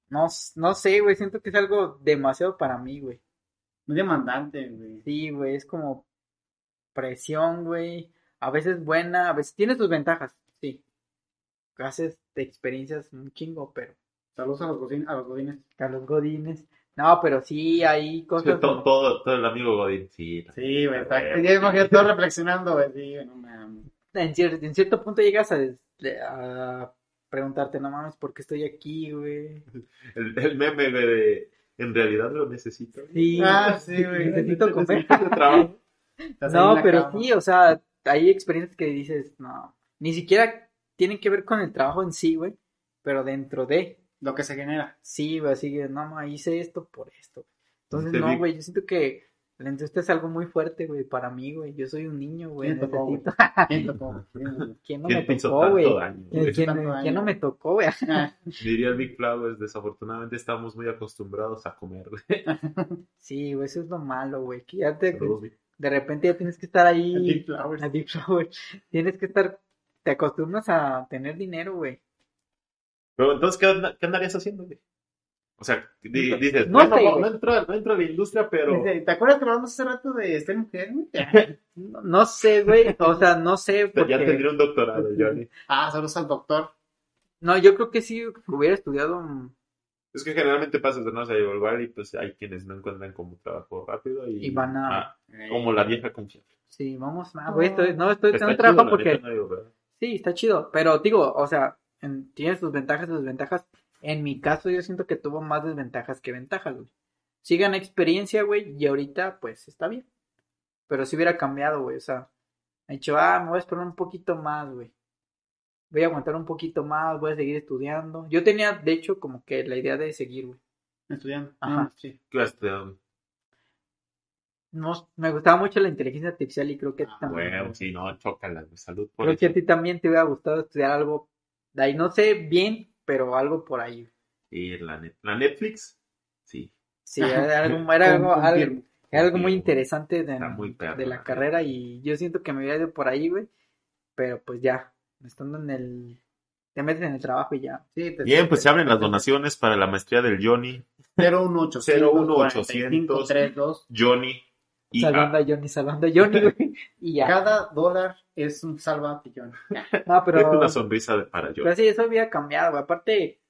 Speaker 2: No, s- no sé, güey, siento que es algo demasiado para mí, güey.
Speaker 3: Muy demandante, güey.
Speaker 2: Sí, güey, es como presión, güey. A veces buena, a veces tiene sus ventajas, sí. Haces experiencias un chingo, pero.
Speaker 3: Saludos a los godines. A los godines.
Speaker 2: Carlos Godínez. No, pero sí, hay
Speaker 4: Es que
Speaker 2: cosas.
Speaker 4: todo, todo, todo el amigo Godín, sí.
Speaker 3: Sí, güey. está-
Speaker 4: Güey.
Speaker 3: Ya imagino todo reflexionando, güey. Sí, güey, no mames.
Speaker 2: En, cier- en cierto punto llegas a, des- a preguntarte, no mames, ¿por qué estoy aquí, güey?
Speaker 4: El, el meme, güey, de... En realidad lo necesito.
Speaker 2: Sí,
Speaker 3: Ah, sí, güey.
Speaker 2: necesito comer.
Speaker 4: Necesito trabajo.
Speaker 3: Estás ahí en
Speaker 2: No,
Speaker 3: la
Speaker 2: pero
Speaker 3: cama.
Speaker 2: sí, o sea, hay experiencias que dices, no, ni siquiera tienen que ver con el trabajo en sí, güey, pero dentro de,
Speaker 3: Lo que se genera.
Speaker 2: sí, güey, así que, no, ma, hice esto por esto. Entonces,
Speaker 4: Te vi-
Speaker 2: no, güey, yo siento que la industria es algo muy fuerte, güey, para mí, güey, yo soy un niño, güey,
Speaker 3: ¿Quién te tocó, güey?
Speaker 2: necesito.
Speaker 3: ¿Quién tocó? ¿Quién tocó?
Speaker 2: ¿Quién no me
Speaker 4: ¿Quién te hizo
Speaker 2: tocó, güey?
Speaker 4: tanto daño?
Speaker 2: ¿Quién,
Speaker 4: güey?
Speaker 3: hizo
Speaker 2: quién-
Speaker 3: tanto daño?
Speaker 2: quién no me tocó, güey?
Speaker 3: Ah,
Speaker 4: Diría el Big Flowers, desafortunadamente estamos muy acostumbrados a comer, güey.
Speaker 2: Sí, güey, eso es lo malo, güey, que ya te,
Speaker 4: Saludos, Big.
Speaker 2: de repente ya tienes que estar ahí.
Speaker 3: el Big Flowers.
Speaker 2: A Deep Flower. Tienes que estar. Te acostumbras a tener dinero, güey.
Speaker 4: Pero entonces, ¿qué, anda- qué andarías haciendo, güey? O sea, di- dices,
Speaker 2: No
Speaker 4: no, bueno,
Speaker 2: sé,
Speaker 4: no,
Speaker 2: güey.
Speaker 4: no entro, no entro a la industria, pero...
Speaker 3: Dice, Este, ¿Te acuerdas que hablamos hace rato de Esther Mujer? güey?
Speaker 2: No, no sé, güey. O sea, no sé.
Speaker 4: pues Ya
Speaker 2: Porque...
Speaker 4: tendría un doctorado, Johnny.
Speaker 3: Ah, saludos al doctor.
Speaker 2: No, yo creo que sí hubiera estudiado. mm,
Speaker 4: Es que generalmente pasa eso, ¿no? O sea, igual y pues hay quienes no encuentran como trabajo rápido y...
Speaker 2: Y van a-
Speaker 4: Ah,
Speaker 3: Eh,
Speaker 4: como la vieja confiable.
Speaker 2: Sí, vamos. ah,
Speaker 3: No.
Speaker 2: güey, estoy- no, estoy
Speaker 4: Está
Speaker 2: haciendo
Speaker 4: chido,
Speaker 2: trabajo
Speaker 4: la
Speaker 2: porque.
Speaker 4: neta, no digo, ¿verdad?
Speaker 2: Sí, está chido. Pero digo, o sea, en- tiene sus ventajas y desventajas. En mi caso, yo siento que tuvo más desventajas que ventajas, güey. Sí gané experiencia, güey, y ahorita, pues, está bien. Pero si hubiera cambiado, güey, o sea, he dicho, ah, me voy a esperar un poquito más, güey. Voy a aguantar un poquito más, voy a seguir estudiando. Yo tenía, de hecho, como que la idea de seguir, güey.
Speaker 3: Estudiando.
Speaker 2: Ajá.
Speaker 3: Ah, sí.
Speaker 4: ¿Qué has estudiado, güey?
Speaker 2: No, me gustaba mucho la inteligencia artificial y creo que a ti
Speaker 3: Ah,
Speaker 2: también.
Speaker 4: Bueno, sí, no, chócala, güey, salud por
Speaker 2: creo que a
Speaker 4: eso.
Speaker 2: ti también te hubiera gustado estudiar algo de ahí. No sé bien, pero algo por ahí,
Speaker 4: Sí, la, net- la Netflix, sí,
Speaker 2: Sí, era algo, era algo,
Speaker 3: Confirmo.
Speaker 2: algo- era algo muy
Speaker 4: Confirmo.
Speaker 2: interesante de,
Speaker 4: Está muy perro,
Speaker 2: de
Speaker 4: la
Speaker 2: la
Speaker 4: neta.
Speaker 2: carrera y yo siento que me hubiera ido por ahí, güey. Pero pues ya, estando en el... Te metes en el trabajo y ya.
Speaker 3: Sí, te-
Speaker 4: Bien, pues se abren las donaciones para la maestría del Johnny,
Speaker 3: 01800
Speaker 4: 01800.
Speaker 3: 4532.
Speaker 4: Johnny y
Speaker 2: Salvando
Speaker 4: ah,
Speaker 2: a Johnny, salvando a Johnny, güey. Y ya.
Speaker 3: Cada dólar es un salvatillón.
Speaker 2: No,
Speaker 4: es
Speaker 2: pero...
Speaker 4: una sonrisa de- para Johnny.
Speaker 2: Pero sí, eso había cambiado, güey. Aparte,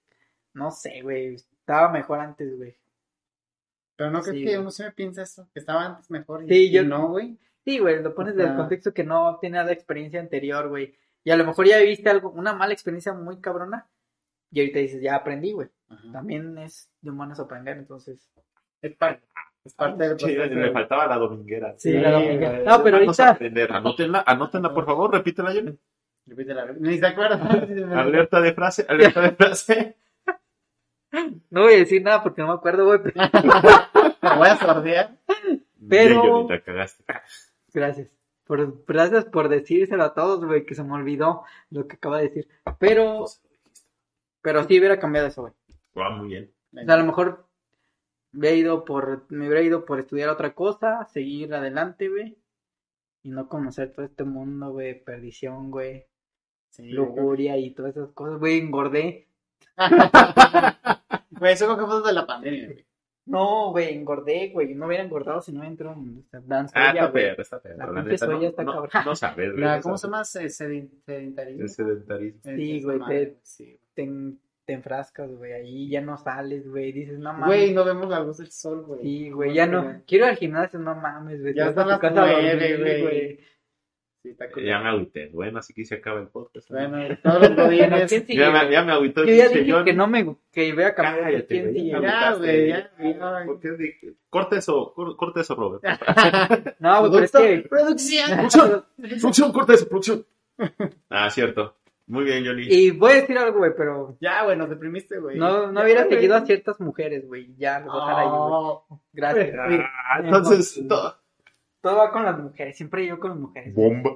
Speaker 2: no sé, güey. Estaba mejor antes, güey.
Speaker 3: Pero no creo
Speaker 2: Sí,
Speaker 3: que
Speaker 2: güey.
Speaker 3: uno siempre piensa eso, que estaba antes mejor y,
Speaker 2: Sí, yo-
Speaker 3: y no, güey.
Speaker 2: Sí, güey, lo pones del
Speaker 3: Ajá.
Speaker 2: contexto que no tenía la experiencia anterior, güey. Y a lo mejor ya viviste algo, una mala experiencia muy cabrona. Y ahorita dices, ya aprendí, güey.
Speaker 3: Ajá.
Speaker 2: También es de humanos aprender, entonces.
Speaker 3: Es parte, es parte del
Speaker 4: Sí,
Speaker 3: proceso,
Speaker 4: le
Speaker 3: güey.
Speaker 4: faltaba la dominguera.
Speaker 2: Sí,
Speaker 3: la
Speaker 2: dominguera. No, pero
Speaker 4: Vamos a
Speaker 2: ahorita-
Speaker 4: aprender. Anótenla, anótenla, por favor, repítela, Johnny.
Speaker 3: Repite la- Ni se acuerda.
Speaker 4: Alerta de frase, alerta de frase.
Speaker 2: No voy a decir nada porque no me acuerdo, güey. pero-
Speaker 3: La voy a sordear.
Speaker 2: Pero-
Speaker 4: Bien, Johnny, la cagaste.
Speaker 2: Gracias. Por, gracias por decírselo a todos, güey, que se me olvidó lo que acaba de decir. Pero, pero sí hubiera cambiado eso, güey.
Speaker 4: Ah, muy bien.
Speaker 2: O sea, a lo mejor hubiera ido por, me hubiera ido por estudiar otra cosa, seguir adelante, güey. Y no conocer todo este mundo, güey, perdición, güey,
Speaker 3: Sí, güey.
Speaker 2: lujuria y todas esas cosas, güey, engordé.
Speaker 3: Güey, eso creo que fue desde la pandemia, güey.
Speaker 2: No, güey, engordé, güey. No hubiera engordado si no entro en la
Speaker 4: Ah,
Speaker 2: soya,
Speaker 4: está
Speaker 2: güey.
Speaker 4: perro, está perro.
Speaker 2: La
Speaker 4: La
Speaker 2: pinche
Speaker 4: neta, no,
Speaker 2: soya está
Speaker 4: no-
Speaker 2: cabrón.
Speaker 4: no sabes, güey,
Speaker 3: La-
Speaker 4: no
Speaker 3: ¿Cómo se
Speaker 4: sabes.
Speaker 3: llama? Se- sedent- Sedentarismo.
Speaker 4: El sedentarismo.
Speaker 3: Eh,
Speaker 2: Sí,
Speaker 3: esa
Speaker 2: güey,
Speaker 3: madre,
Speaker 2: te-
Speaker 3: sí.
Speaker 2: Te, en- te enfrascas, güey. Ahí ya no sales, güey. Dices, no mames.
Speaker 3: Güey, no vemos la luz del sol, güey.
Speaker 2: Sí, güey, ya no. Quiero ir al gimnasio, no mames, güey.
Speaker 3: Ya
Speaker 2: te vas a
Speaker 3: están
Speaker 2: tu
Speaker 3: las
Speaker 2: casa a
Speaker 3: nueve,
Speaker 2: dormir,
Speaker 3: güey.
Speaker 2: güey.
Speaker 3: Sí, está cool.
Speaker 4: Ya me agüité. Bueno, así que se acaba el podcast.
Speaker 3: Bueno, todos los
Speaker 2: Bueno,
Speaker 3: godines.
Speaker 2: ¿quién sigue,
Speaker 4: ya,
Speaker 2: güey?
Speaker 4: me, ya me agüitó el
Speaker 2: Yo ya
Speaker 4: pinche
Speaker 2: dije
Speaker 4: Johnny.
Speaker 2: que no me que voy a cambiar.
Speaker 4: Cállate,
Speaker 2: ¿Quién
Speaker 4: güey,
Speaker 2: sigue,
Speaker 4: ya
Speaker 2: güey?
Speaker 4: me-
Speaker 3: Ya, güey, ya,
Speaker 4: güey.
Speaker 3: ya.
Speaker 4: ¿Por qué dije- Corta eso, cor- corta eso, Robert.
Speaker 2: No, güey, pero es que.
Speaker 3: Ah, Producción.
Speaker 4: Producción, producción, corta eso, producción. Ah, cierto. Muy bien, Johnny.
Speaker 2: Y voy a decir algo, güey, pero
Speaker 3: Ya, güey, nos deprimiste, güey.
Speaker 2: no, no
Speaker 3: Ya,
Speaker 2: hubiera
Speaker 3: güey.
Speaker 2: seguido a ciertas mujeres, güey. Ya, lo voy a dejar ahí, güey.
Speaker 3: Oh,
Speaker 2: Gracias.
Speaker 3: güey.
Speaker 4: Ah, entonces, todo-
Speaker 2: Todo va con las mujeres, siempre yo con las mujeres.
Speaker 4: bomba.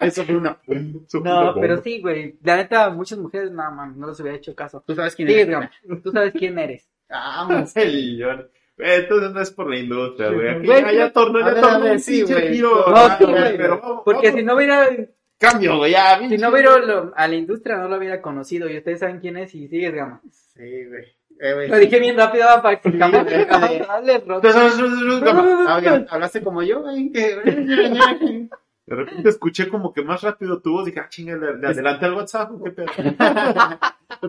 Speaker 3: Eso fue una.
Speaker 4: Eso fue una
Speaker 2: No, pero
Speaker 4: bomba.
Speaker 2: sí, güey. La neta, muchas mujeres, no, mames, no les hubiera hecho caso.
Speaker 3: Tú sabes quién
Speaker 2: Sí,
Speaker 3: eres.
Speaker 2: güey, tú sabes quién eres.
Speaker 3: Ah, vamos.
Speaker 4: El Johnny. Eh, Entonces no es por la industria, güey. Aquí
Speaker 2: Güey,
Speaker 4: ya, ya tornó,
Speaker 3: a
Speaker 4: ya
Speaker 3: ver, a
Speaker 4: tornó
Speaker 3: ver,
Speaker 4: un
Speaker 3: sí,
Speaker 4: pinche
Speaker 3: güey.
Speaker 4: giro.
Speaker 3: No,
Speaker 4: raro,
Speaker 2: sí,
Speaker 4: güey,
Speaker 3: güey.
Speaker 4: Ah, pero vamos-
Speaker 2: Porque
Speaker 4: vamos-
Speaker 2: si no hubiera
Speaker 4: Cambio, güey, ya.
Speaker 2: Si
Speaker 4: pinche-
Speaker 2: no hubiera lo- a la industria, no lo hubiera conocido. Y ustedes saben quién es y sigues, gama.
Speaker 3: Sí, güey. Eh, güey.
Speaker 2: Lo dije bien rápido ah, para que jamás
Speaker 3: güey.
Speaker 2: dale, Rob.
Speaker 3: Habla- Hablaste como yo, güey. que-
Speaker 4: De repente escuché como que más rápido tu voz. Dije, ah, chinga, le,
Speaker 2: Pues
Speaker 4: le adelanté al WhatsApp. ¿o ¿Qué pedo?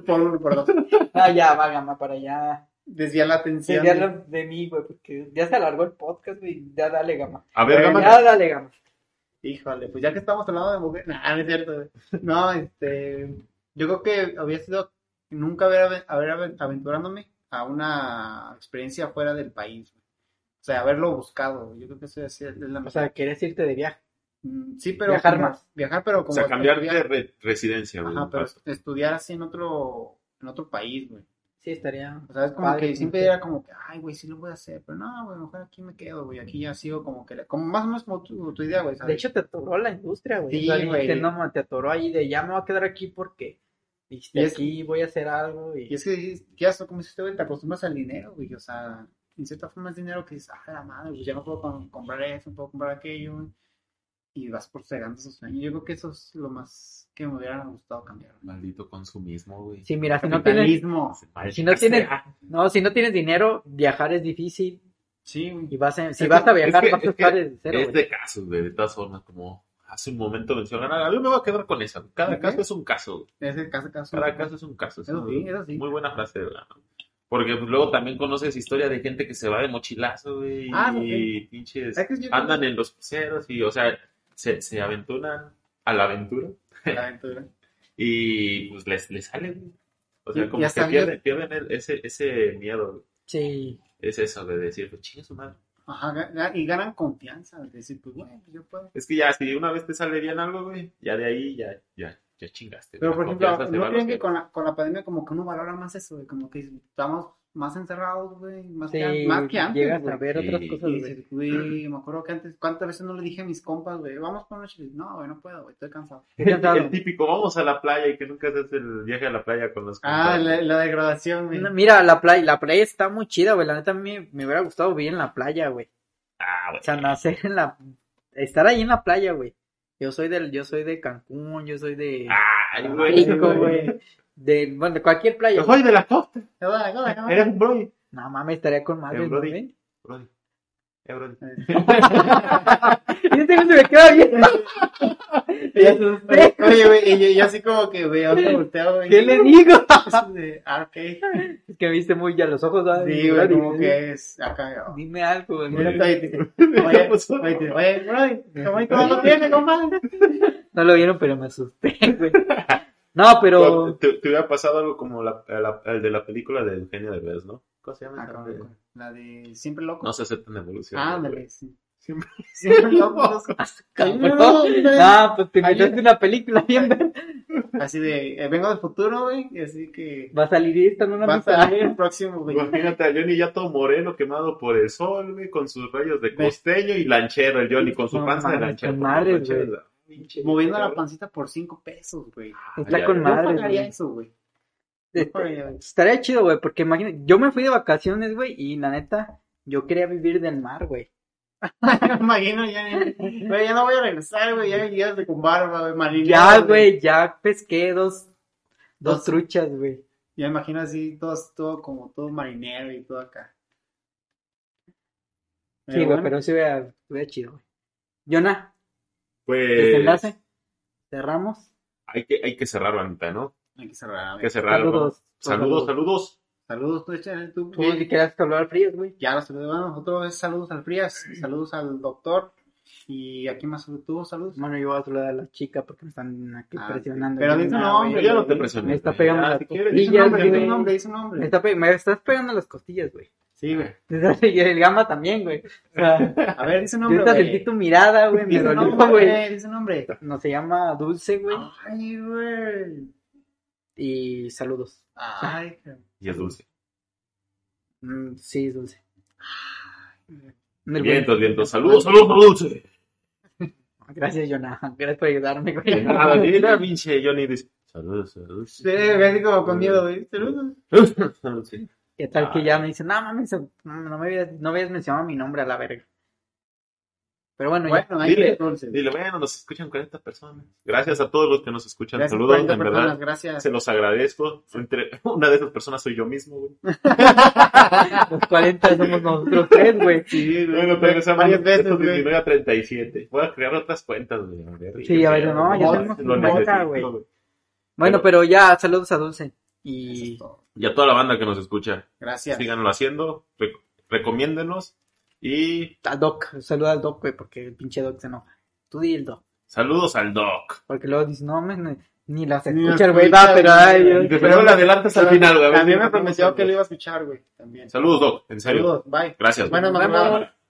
Speaker 3: por uno, por dos.
Speaker 2: Ah, ya, va, gama, para allá.
Speaker 3: Desviar la atención.
Speaker 2: Desviarlo de mí, güey, porque ya se alargó el podcast, güey. Ya dale, gama.
Speaker 4: A ver,
Speaker 3: Bueno,
Speaker 4: gama.
Speaker 2: Ya dale, gama.
Speaker 3: Híjole, pues ya que estamos hablando de mujeres. Nah, no es cierto, güey. No, este. Yo creo que había sido. Nunca haber, haber aven- aventurándome a una experiencia fuera del país. güey. O sea, haberlo buscado. güey. Yo creo que eso es es la
Speaker 2: O
Speaker 3: mejor.
Speaker 2: sea, quieres irte de viaje.
Speaker 3: Mm, Sí, pero.
Speaker 2: Viajar
Speaker 3: como-
Speaker 2: más.
Speaker 3: Viajar, pero como.
Speaker 4: O sea, cambiar de
Speaker 3: estudiar-
Speaker 4: re- residencia, güey.
Speaker 3: Ajá, pero estudiar así en otro. En otro país, güey.
Speaker 2: Sí, estaría.
Speaker 3: O sea, es como
Speaker 2: Padre,
Speaker 3: que
Speaker 2: sí.
Speaker 3: siempre era como que, ay, güey, sí lo voy a hacer, pero no, güey, mejor aquí me quedo, güey, aquí ya sigo como que, la- como más o menos como tu, tu idea, güey, ¿sabes?
Speaker 2: De hecho, te atoró la industria, güey.
Speaker 3: Sí,
Speaker 2: O sea,
Speaker 3: güey.
Speaker 2: dijiste, no, ma, te atoró ahí de ya me voy a quedar aquí porque. dijiste,
Speaker 3: Y es-
Speaker 2: aquí voy a hacer algo. Y,
Speaker 3: y es que ya como dices, tú, güey, te acostumbras al dinero, güey, o sea, en cierta forma es dinero que dices, ah, la madre, pues ya no puedo com- comprar eso, no puedo comprar aquello, güey, y vas postergando esos sueños. Yo creo que eso es lo más que me hubiera gustado cambiar. güey.
Speaker 4: Maldito consumismo, güey.
Speaker 2: Sí, mira, si no tienes.
Speaker 3: Capitalismo.
Speaker 2: Si no tienes, no, si no tienes dinero, viajar es difícil.
Speaker 3: Sí,
Speaker 2: Y
Speaker 3: güey.
Speaker 2: vas a- si
Speaker 4: Es
Speaker 2: vas
Speaker 4: que-
Speaker 2: a viajar,
Speaker 4: es que-
Speaker 2: vas a
Speaker 4: es que
Speaker 2: estar desde cero,
Speaker 4: Es
Speaker 2: güey.
Speaker 4: de casos, güey. De todas formas, como hace un momento mencionaron, a mí me voy a quedar con esa. güey. Cada
Speaker 3: Ujú.
Speaker 4: caso es un caso, güey.
Speaker 3: Es el caso, caso.
Speaker 4: Cada caso es un caso. Es
Speaker 3: Eso
Speaker 4: muy-
Speaker 3: sí, eso sí.
Speaker 4: Muy buena frase, ¿verdad? Porque pues, luego también conoces historia de gente que se va de mochilazo, güey.
Speaker 3: Ah,
Speaker 4: y
Speaker 3: no, sí.
Speaker 4: pinches.
Speaker 3: Es que yo creo
Speaker 4: Andan en los cruceros y, o sea, se, se aventuran a la aventura
Speaker 3: que la aventura.
Speaker 4: y pues les, les sale, güey. O sea,
Speaker 3: Y-
Speaker 4: como
Speaker 3: y
Speaker 4: que
Speaker 3: hasta
Speaker 4: pierden, pierden el- ese, ese miedo, güey.
Speaker 2: Sí.
Speaker 4: Es eso de decir, pues, chinga su madre.
Speaker 3: Ajá, ga- ga- y ganan confianza, de decir, pues, güey, yo puedo.
Speaker 4: Es que ya, si una vez te sale bien algo, güey, ya de ahí ya, ya, ya chingaste.
Speaker 3: Pero,
Speaker 4: La
Speaker 3: por ejemplo,
Speaker 4: confianza se va
Speaker 3: ¿no
Speaker 4: a
Speaker 3: creen
Speaker 4: los
Speaker 3: que con la, con la pandemia como que uno valora más eso, güey? Como que estamos más encerrados, güey, más, que, an-
Speaker 2: Sí,
Speaker 3: más que antes,
Speaker 2: llegas
Speaker 3: güey.
Speaker 2: a ver otras
Speaker 4: Sí.
Speaker 2: cosas,
Speaker 3: Y
Speaker 2: güey.
Speaker 3: dices, güey, me acuerdo que antes, ¿cuántas veces no le dije a mis compas, güey? Vamos por una chelis. No, güey, no puedo, güey, estoy cansado.
Speaker 4: El,
Speaker 2: Encantado.
Speaker 4: el típico, vamos a la playa y que nunca haces el viaje a la playa con los
Speaker 3: Ah,
Speaker 4: compas.
Speaker 3: la, la degradación, güey.
Speaker 2: No, Mira, la playa, la playa está muy chida, güey. La neta a mí me hubiera gustado vivir en la playa, güey.
Speaker 4: Ah, güey.
Speaker 2: O sea, nacer en la estar ahí en la playa, güey. Yo soy del yo soy de Cancún, yo soy de
Speaker 4: Ah, Ay, güey.
Speaker 2: México, güey. De bueno, de cualquier playa.
Speaker 4: Yo
Speaker 2: güey.
Speaker 4: soy de la costa.
Speaker 3: Joda, joda, joda.
Speaker 4: Eres un brody.
Speaker 2: No mames, estaría con madre,
Speaker 4: El
Speaker 2: ¿no,
Speaker 4: Brody.
Speaker 2: güey?
Speaker 4: Brody. Eh, brody.
Speaker 2: Y este güey se me queda bien. Este, Me asusté.
Speaker 3: Oye, güey, y yo, yo así como que, güey, ahora te volteo, güey.
Speaker 2: ¿Qué le digo?
Speaker 3: Eso de, Ah, ok.
Speaker 2: Es que me viste muy ya los ojos, ¿sabes?
Speaker 3: Sí, güey, como que es acá. oh.
Speaker 2: Dime algo, güey.
Speaker 3: Mira, ahí te- Oye, oye, oye, bro, ¿cómo- ¿cómo lo tiene, compadre?
Speaker 2: No lo vieron, pero me asusté, güey. No, pero.
Speaker 4: Te, te hubiera pasado algo como la, la- el de la película de Eugenio Derbez, ¿no? ¿Cómo se llama?
Speaker 3: Ah,
Speaker 4: esa
Speaker 3: cabrón,
Speaker 4: madre?
Speaker 3: güey. La de Siempre Loco.
Speaker 4: No se aceptan evoluciones.
Speaker 3: ah,
Speaker 4: güey.
Speaker 3: ándale, sí.
Speaker 4: Siempre-
Speaker 3: Siempre Loco.
Speaker 2: cabrón.
Speaker 3: No, güey.
Speaker 2: pues, No, pues te inventaste una película bien. ver-
Speaker 3: Así de, eh, vengo del futuro, güey, y así que
Speaker 2: Va a salir esta en una
Speaker 3: va a
Speaker 2: misa.
Speaker 3: salir el próximo, güey.
Speaker 4: Imagínate a Johnny ya todo moreno, quemado por el sol, güey, con sus rayos de costeño y lanchero, el Johnny, con su
Speaker 2: No
Speaker 4: panza de
Speaker 2: mames,
Speaker 4: lanchero.
Speaker 2: con
Speaker 4: porque
Speaker 2: madres,
Speaker 4: lanchero
Speaker 2: güey.
Speaker 4: es la- pinche-
Speaker 3: Moviendo la
Speaker 4: cabrón.
Speaker 3: pancita por 5 pesos, güey.
Speaker 2: Está
Speaker 4: ya,
Speaker 2: con
Speaker 4: ya.
Speaker 3: Yo
Speaker 2: Ah, madre,
Speaker 3: pagaría
Speaker 2: güey.
Speaker 3: eso, güey. Yo
Speaker 2: Este,
Speaker 3: pagaría eso.
Speaker 2: Estaría chido, güey, porque imagínate. Yo me fui de vacaciones, güey, y la neta, yo quería vivir del mar, güey.
Speaker 3: Me imagino, ya, güey, ya no voy a regresar, güey, ya llegas de con barba, güey, marinero.
Speaker 2: Ya, güey, ya pesqué dos, dos
Speaker 3: Dos-
Speaker 2: truchas, güey.
Speaker 3: Ya me imagino así, todo, todo como todo marinero y todo acá.
Speaker 2: Sí, güey, pero sí hubiera, hubiera chido, güey. Jonah,
Speaker 4: Pues
Speaker 2: desenlace. Cerramos.
Speaker 4: hay que, hay que cerrar, bandita, ¿no?
Speaker 3: Hay que cerrar. a
Speaker 4: Hay
Speaker 3: ver.
Speaker 4: que cerrar.
Speaker 2: Saludos.
Speaker 4: ¿no? Saludos, saludos.
Speaker 3: Saludos, tú échale tú.
Speaker 2: Tú
Speaker 3: eh,
Speaker 2: si querías que hablar frías, güey.
Speaker 3: Ya los saludamos. Otra vez saludos al Frías, saludos al doctor. ¿Y aquí más tuvo saludos?
Speaker 2: Bueno, yo voy a saludar a la chica porque me están aquí
Speaker 3: Ah,
Speaker 2: presionando.
Speaker 3: Pero
Speaker 2: Yo,
Speaker 3: dice
Speaker 2: nah,
Speaker 3: nombre,
Speaker 2: güey.
Speaker 4: ya no te
Speaker 3: güey.
Speaker 4: presiones.
Speaker 2: Me está
Speaker 4: güey.
Speaker 2: pegando
Speaker 4: Ya,
Speaker 2: la
Speaker 4: si
Speaker 2: tu-
Speaker 4: quieres,
Speaker 2: Y
Speaker 3: Dice
Speaker 4: dice
Speaker 3: un
Speaker 2: ya,
Speaker 4: nombre,
Speaker 3: nombre, dice
Speaker 4: dice
Speaker 2: güey.
Speaker 3: un nombre, dice un
Speaker 2: Me,
Speaker 3: nombre.
Speaker 2: está pe- me estás pegando las costillas, güey.
Speaker 3: Sí, güey.
Speaker 2: Y el gama también, güey. O sea,
Speaker 3: A ver, dice un
Speaker 2: yo
Speaker 3: nombre.
Speaker 2: ahorita
Speaker 3: güey.
Speaker 2: sentí tu mirada, güey. Me
Speaker 3: Dice un
Speaker 2: dolió,
Speaker 3: nombre,
Speaker 2: güey.
Speaker 3: Dice un nombre.
Speaker 2: No se llama Dulce, güey.
Speaker 3: Ay, güey.
Speaker 2: Y saludos.
Speaker 3: Ay, qué-
Speaker 4: Y es dulce.
Speaker 2: Mm, sí, es Dulce. Del güey.
Speaker 4: Vientos, vientos. Saludos, saludos, saludos. dulce.
Speaker 2: Gracias, Jonah. Gracias por ayudarme,
Speaker 4: De
Speaker 2: güey.
Speaker 4: nada, mira, pinche Johnny dice. Saludos, saludos.
Speaker 3: Sí, güey, así como con miedo, güey. Saludos.
Speaker 4: Saludos, sí.
Speaker 2: ¿Qué tal que
Speaker 4: Ay.
Speaker 2: ya me dicen, no mames, no me habías, no habías mencionado mi nombre a la verga? Pero bueno, ya.
Speaker 3: Bueno, ahí
Speaker 4: Dile,
Speaker 3: está dulce.
Speaker 4: Dile, bueno, nos escuchan 40 personas. Gracias a todos los que nos escuchan.
Speaker 3: Gracias,
Speaker 4: saludos,
Speaker 3: 40
Speaker 4: en
Speaker 3: personas,
Speaker 4: verdad.
Speaker 3: gracias.
Speaker 4: Se los agradezco. Entre una de esas personas soy yo mismo, güey.
Speaker 2: los 40 somos nosotros tres, güey.
Speaker 3: Sí, güey.
Speaker 4: Bueno, regresamos.
Speaker 3: varias veces,
Speaker 4: Esto
Speaker 3: güey.
Speaker 4: disminuye a 37. Voy a crear otras cuentas, güey. A ver,
Speaker 2: Sí, a ver,
Speaker 4: ya,
Speaker 2: no,
Speaker 3: ya
Speaker 4: mames,
Speaker 2: tenemos
Speaker 4: lo
Speaker 2: cincuenta,
Speaker 4: necesito,
Speaker 2: güey.
Speaker 4: güey.
Speaker 2: Bueno, pero ya, saludos a Dulce.
Speaker 3: Eso
Speaker 2: Y
Speaker 3: es todo.
Speaker 4: Y a toda la banda que nos escucha.
Speaker 3: Gracias.
Speaker 4: Síganlo haciendo. re- recomiéndenos. Y
Speaker 2: a Doc, saluda al Doc, güey, porque el pinche Doc se enoja. Tú di el Doc,
Speaker 4: saludos al Doc.
Speaker 2: porque luego dices, no, mames, ni- ni las
Speaker 3: Ni
Speaker 2: escucha el
Speaker 3: las
Speaker 2: güey,
Speaker 3: escucha,
Speaker 2: va, pero
Speaker 3: güey.
Speaker 2: ay, Dios.
Speaker 3: Pero
Speaker 4: Pero
Speaker 3: me-
Speaker 4: lo adelantas al
Speaker 3: pero-
Speaker 4: final, güey.
Speaker 3: A mí me
Speaker 4: ver,
Speaker 3: prometió que lo
Speaker 4: saludos.
Speaker 3: iba a escuchar, güey. También.
Speaker 4: Saludos, Doc. En serio.
Speaker 3: Saludos, bye.
Speaker 4: Gracias. güey.
Speaker 3: Buenas madrugadas.